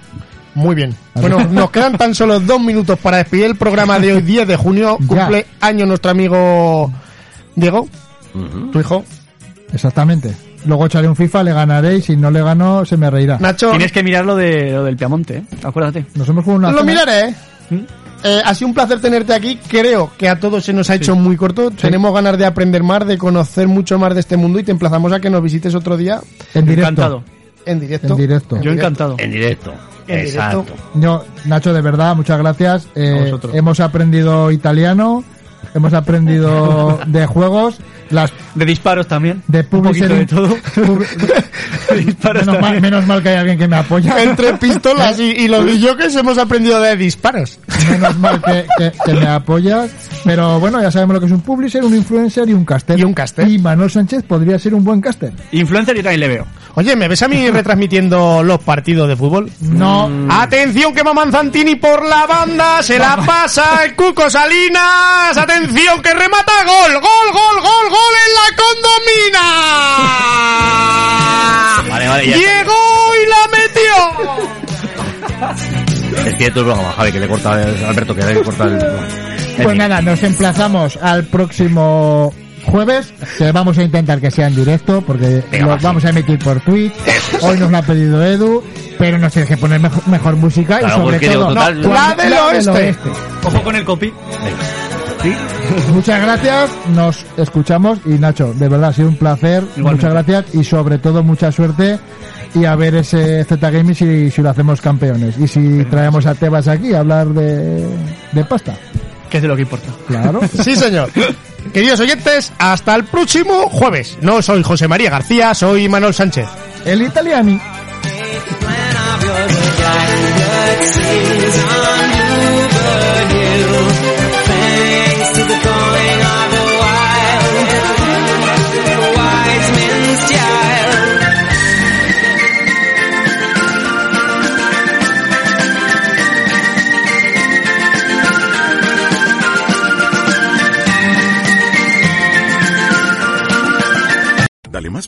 D: Muy bien. Bueno, nos quedan tan solo dos minutos para despedir el programa de hoy, 10 de junio.
E: Ya.
D: Cumple año nuestro amigo Diego,
F: Ujú.
D: tu hijo.
E: Exactamente. Luego echaré un FIFA, le ganaré y si no le gano, se me reirá.
D: Nacho,
G: Tienes que mirar lo, de, lo del Piamonte, ¿eh? acuérdate.
E: Nos hemos jugado una.
D: lo
E: cena.
D: miraré, ¿eh?
G: ¿Mm?
D: Eh, ha sido un placer tenerte aquí. Creo que a todos se nos ha hecho muy corto. Tenemos ganas de aprender más, de conocer mucho más de este mundo y te emplazamos a que nos visites otro día
E: En directo.
G: Encantado.
D: en directo.
E: En directo.
G: Yo encantado.
F: En directo.
D: En
F: Exacto.
D: directo.
E: Yo, Nacho, de verdad, muchas gracias. Eh,
G: A vosotros.
E: hemos aprendido italiano,
D: [laughs]
E: hemos aprendido de juegos, las
G: De disparos también.
E: de
G: Un
E: publicidad.
G: poquito de todo.
E: [laughs]
G: De disparos
E: menos, mal,
G: también.
E: menos mal que hay alguien que me apoya.
D: Entre pistolas y, y
E: [laughs]
D: los que hemos aprendido de disparos.
E: Menos mal que, que- que me apoyas. Pero bueno, ya sabemos lo que es un publisher, un influencer y un caster.
D: Y un caster.
E: Y Manuel Sánchez podría ser un buen caster.
G: Influencer y también le veo.
D: Oye, ¿me ves a
B: [laughs]
D: mí retransmitiendo los partidos de fútbol? Mm.
E: No.
D: Atención que va Manzantini por la banda, se la pasa el Cuco Salinas. Atención que remata gol, gol, gol, gol, gol en la condomina.
B: [laughs] Vale, vale, ya está.
D: Llegó y la metió.
B: Es que esto es broma, Javi, que le corta eh, Alberto, que le corta el... En
E: Pues
B: fin.
E: nada, nos emplazamos al próximo jueves, que vamos a intentar que sea en directo, porque
B: Venga,
E: lo
B: va, sí.
E: vamos a emitir por Twitch. Hoy nos lo ha pedido Edu, pero nos tienes que poner mejor, mejor música
B: Claro,
E: y sobre
B: porque digo,
E: todo
B: total,
E: no,
D: la del oeste.
G: Ojo con el copy.
E: Muchas gracias, nos escuchamos y Nacho, de verdad ha sido un placer,
G: Igualmente.
E: muchas gracias y sobre todo mucha suerte y a ver ese Z Gaming si, si lo hacemos campeones y si traemos a Tebas aquí a hablar de, de pasta.
G: Que es de lo que importa.
B: [laughs]
E: Claro.
D: Sí, señor. Queridos oyentes, hasta el próximo jueves. No soy José María García, soy Manuel Sánchez.
E: El italiani.
C: Dale más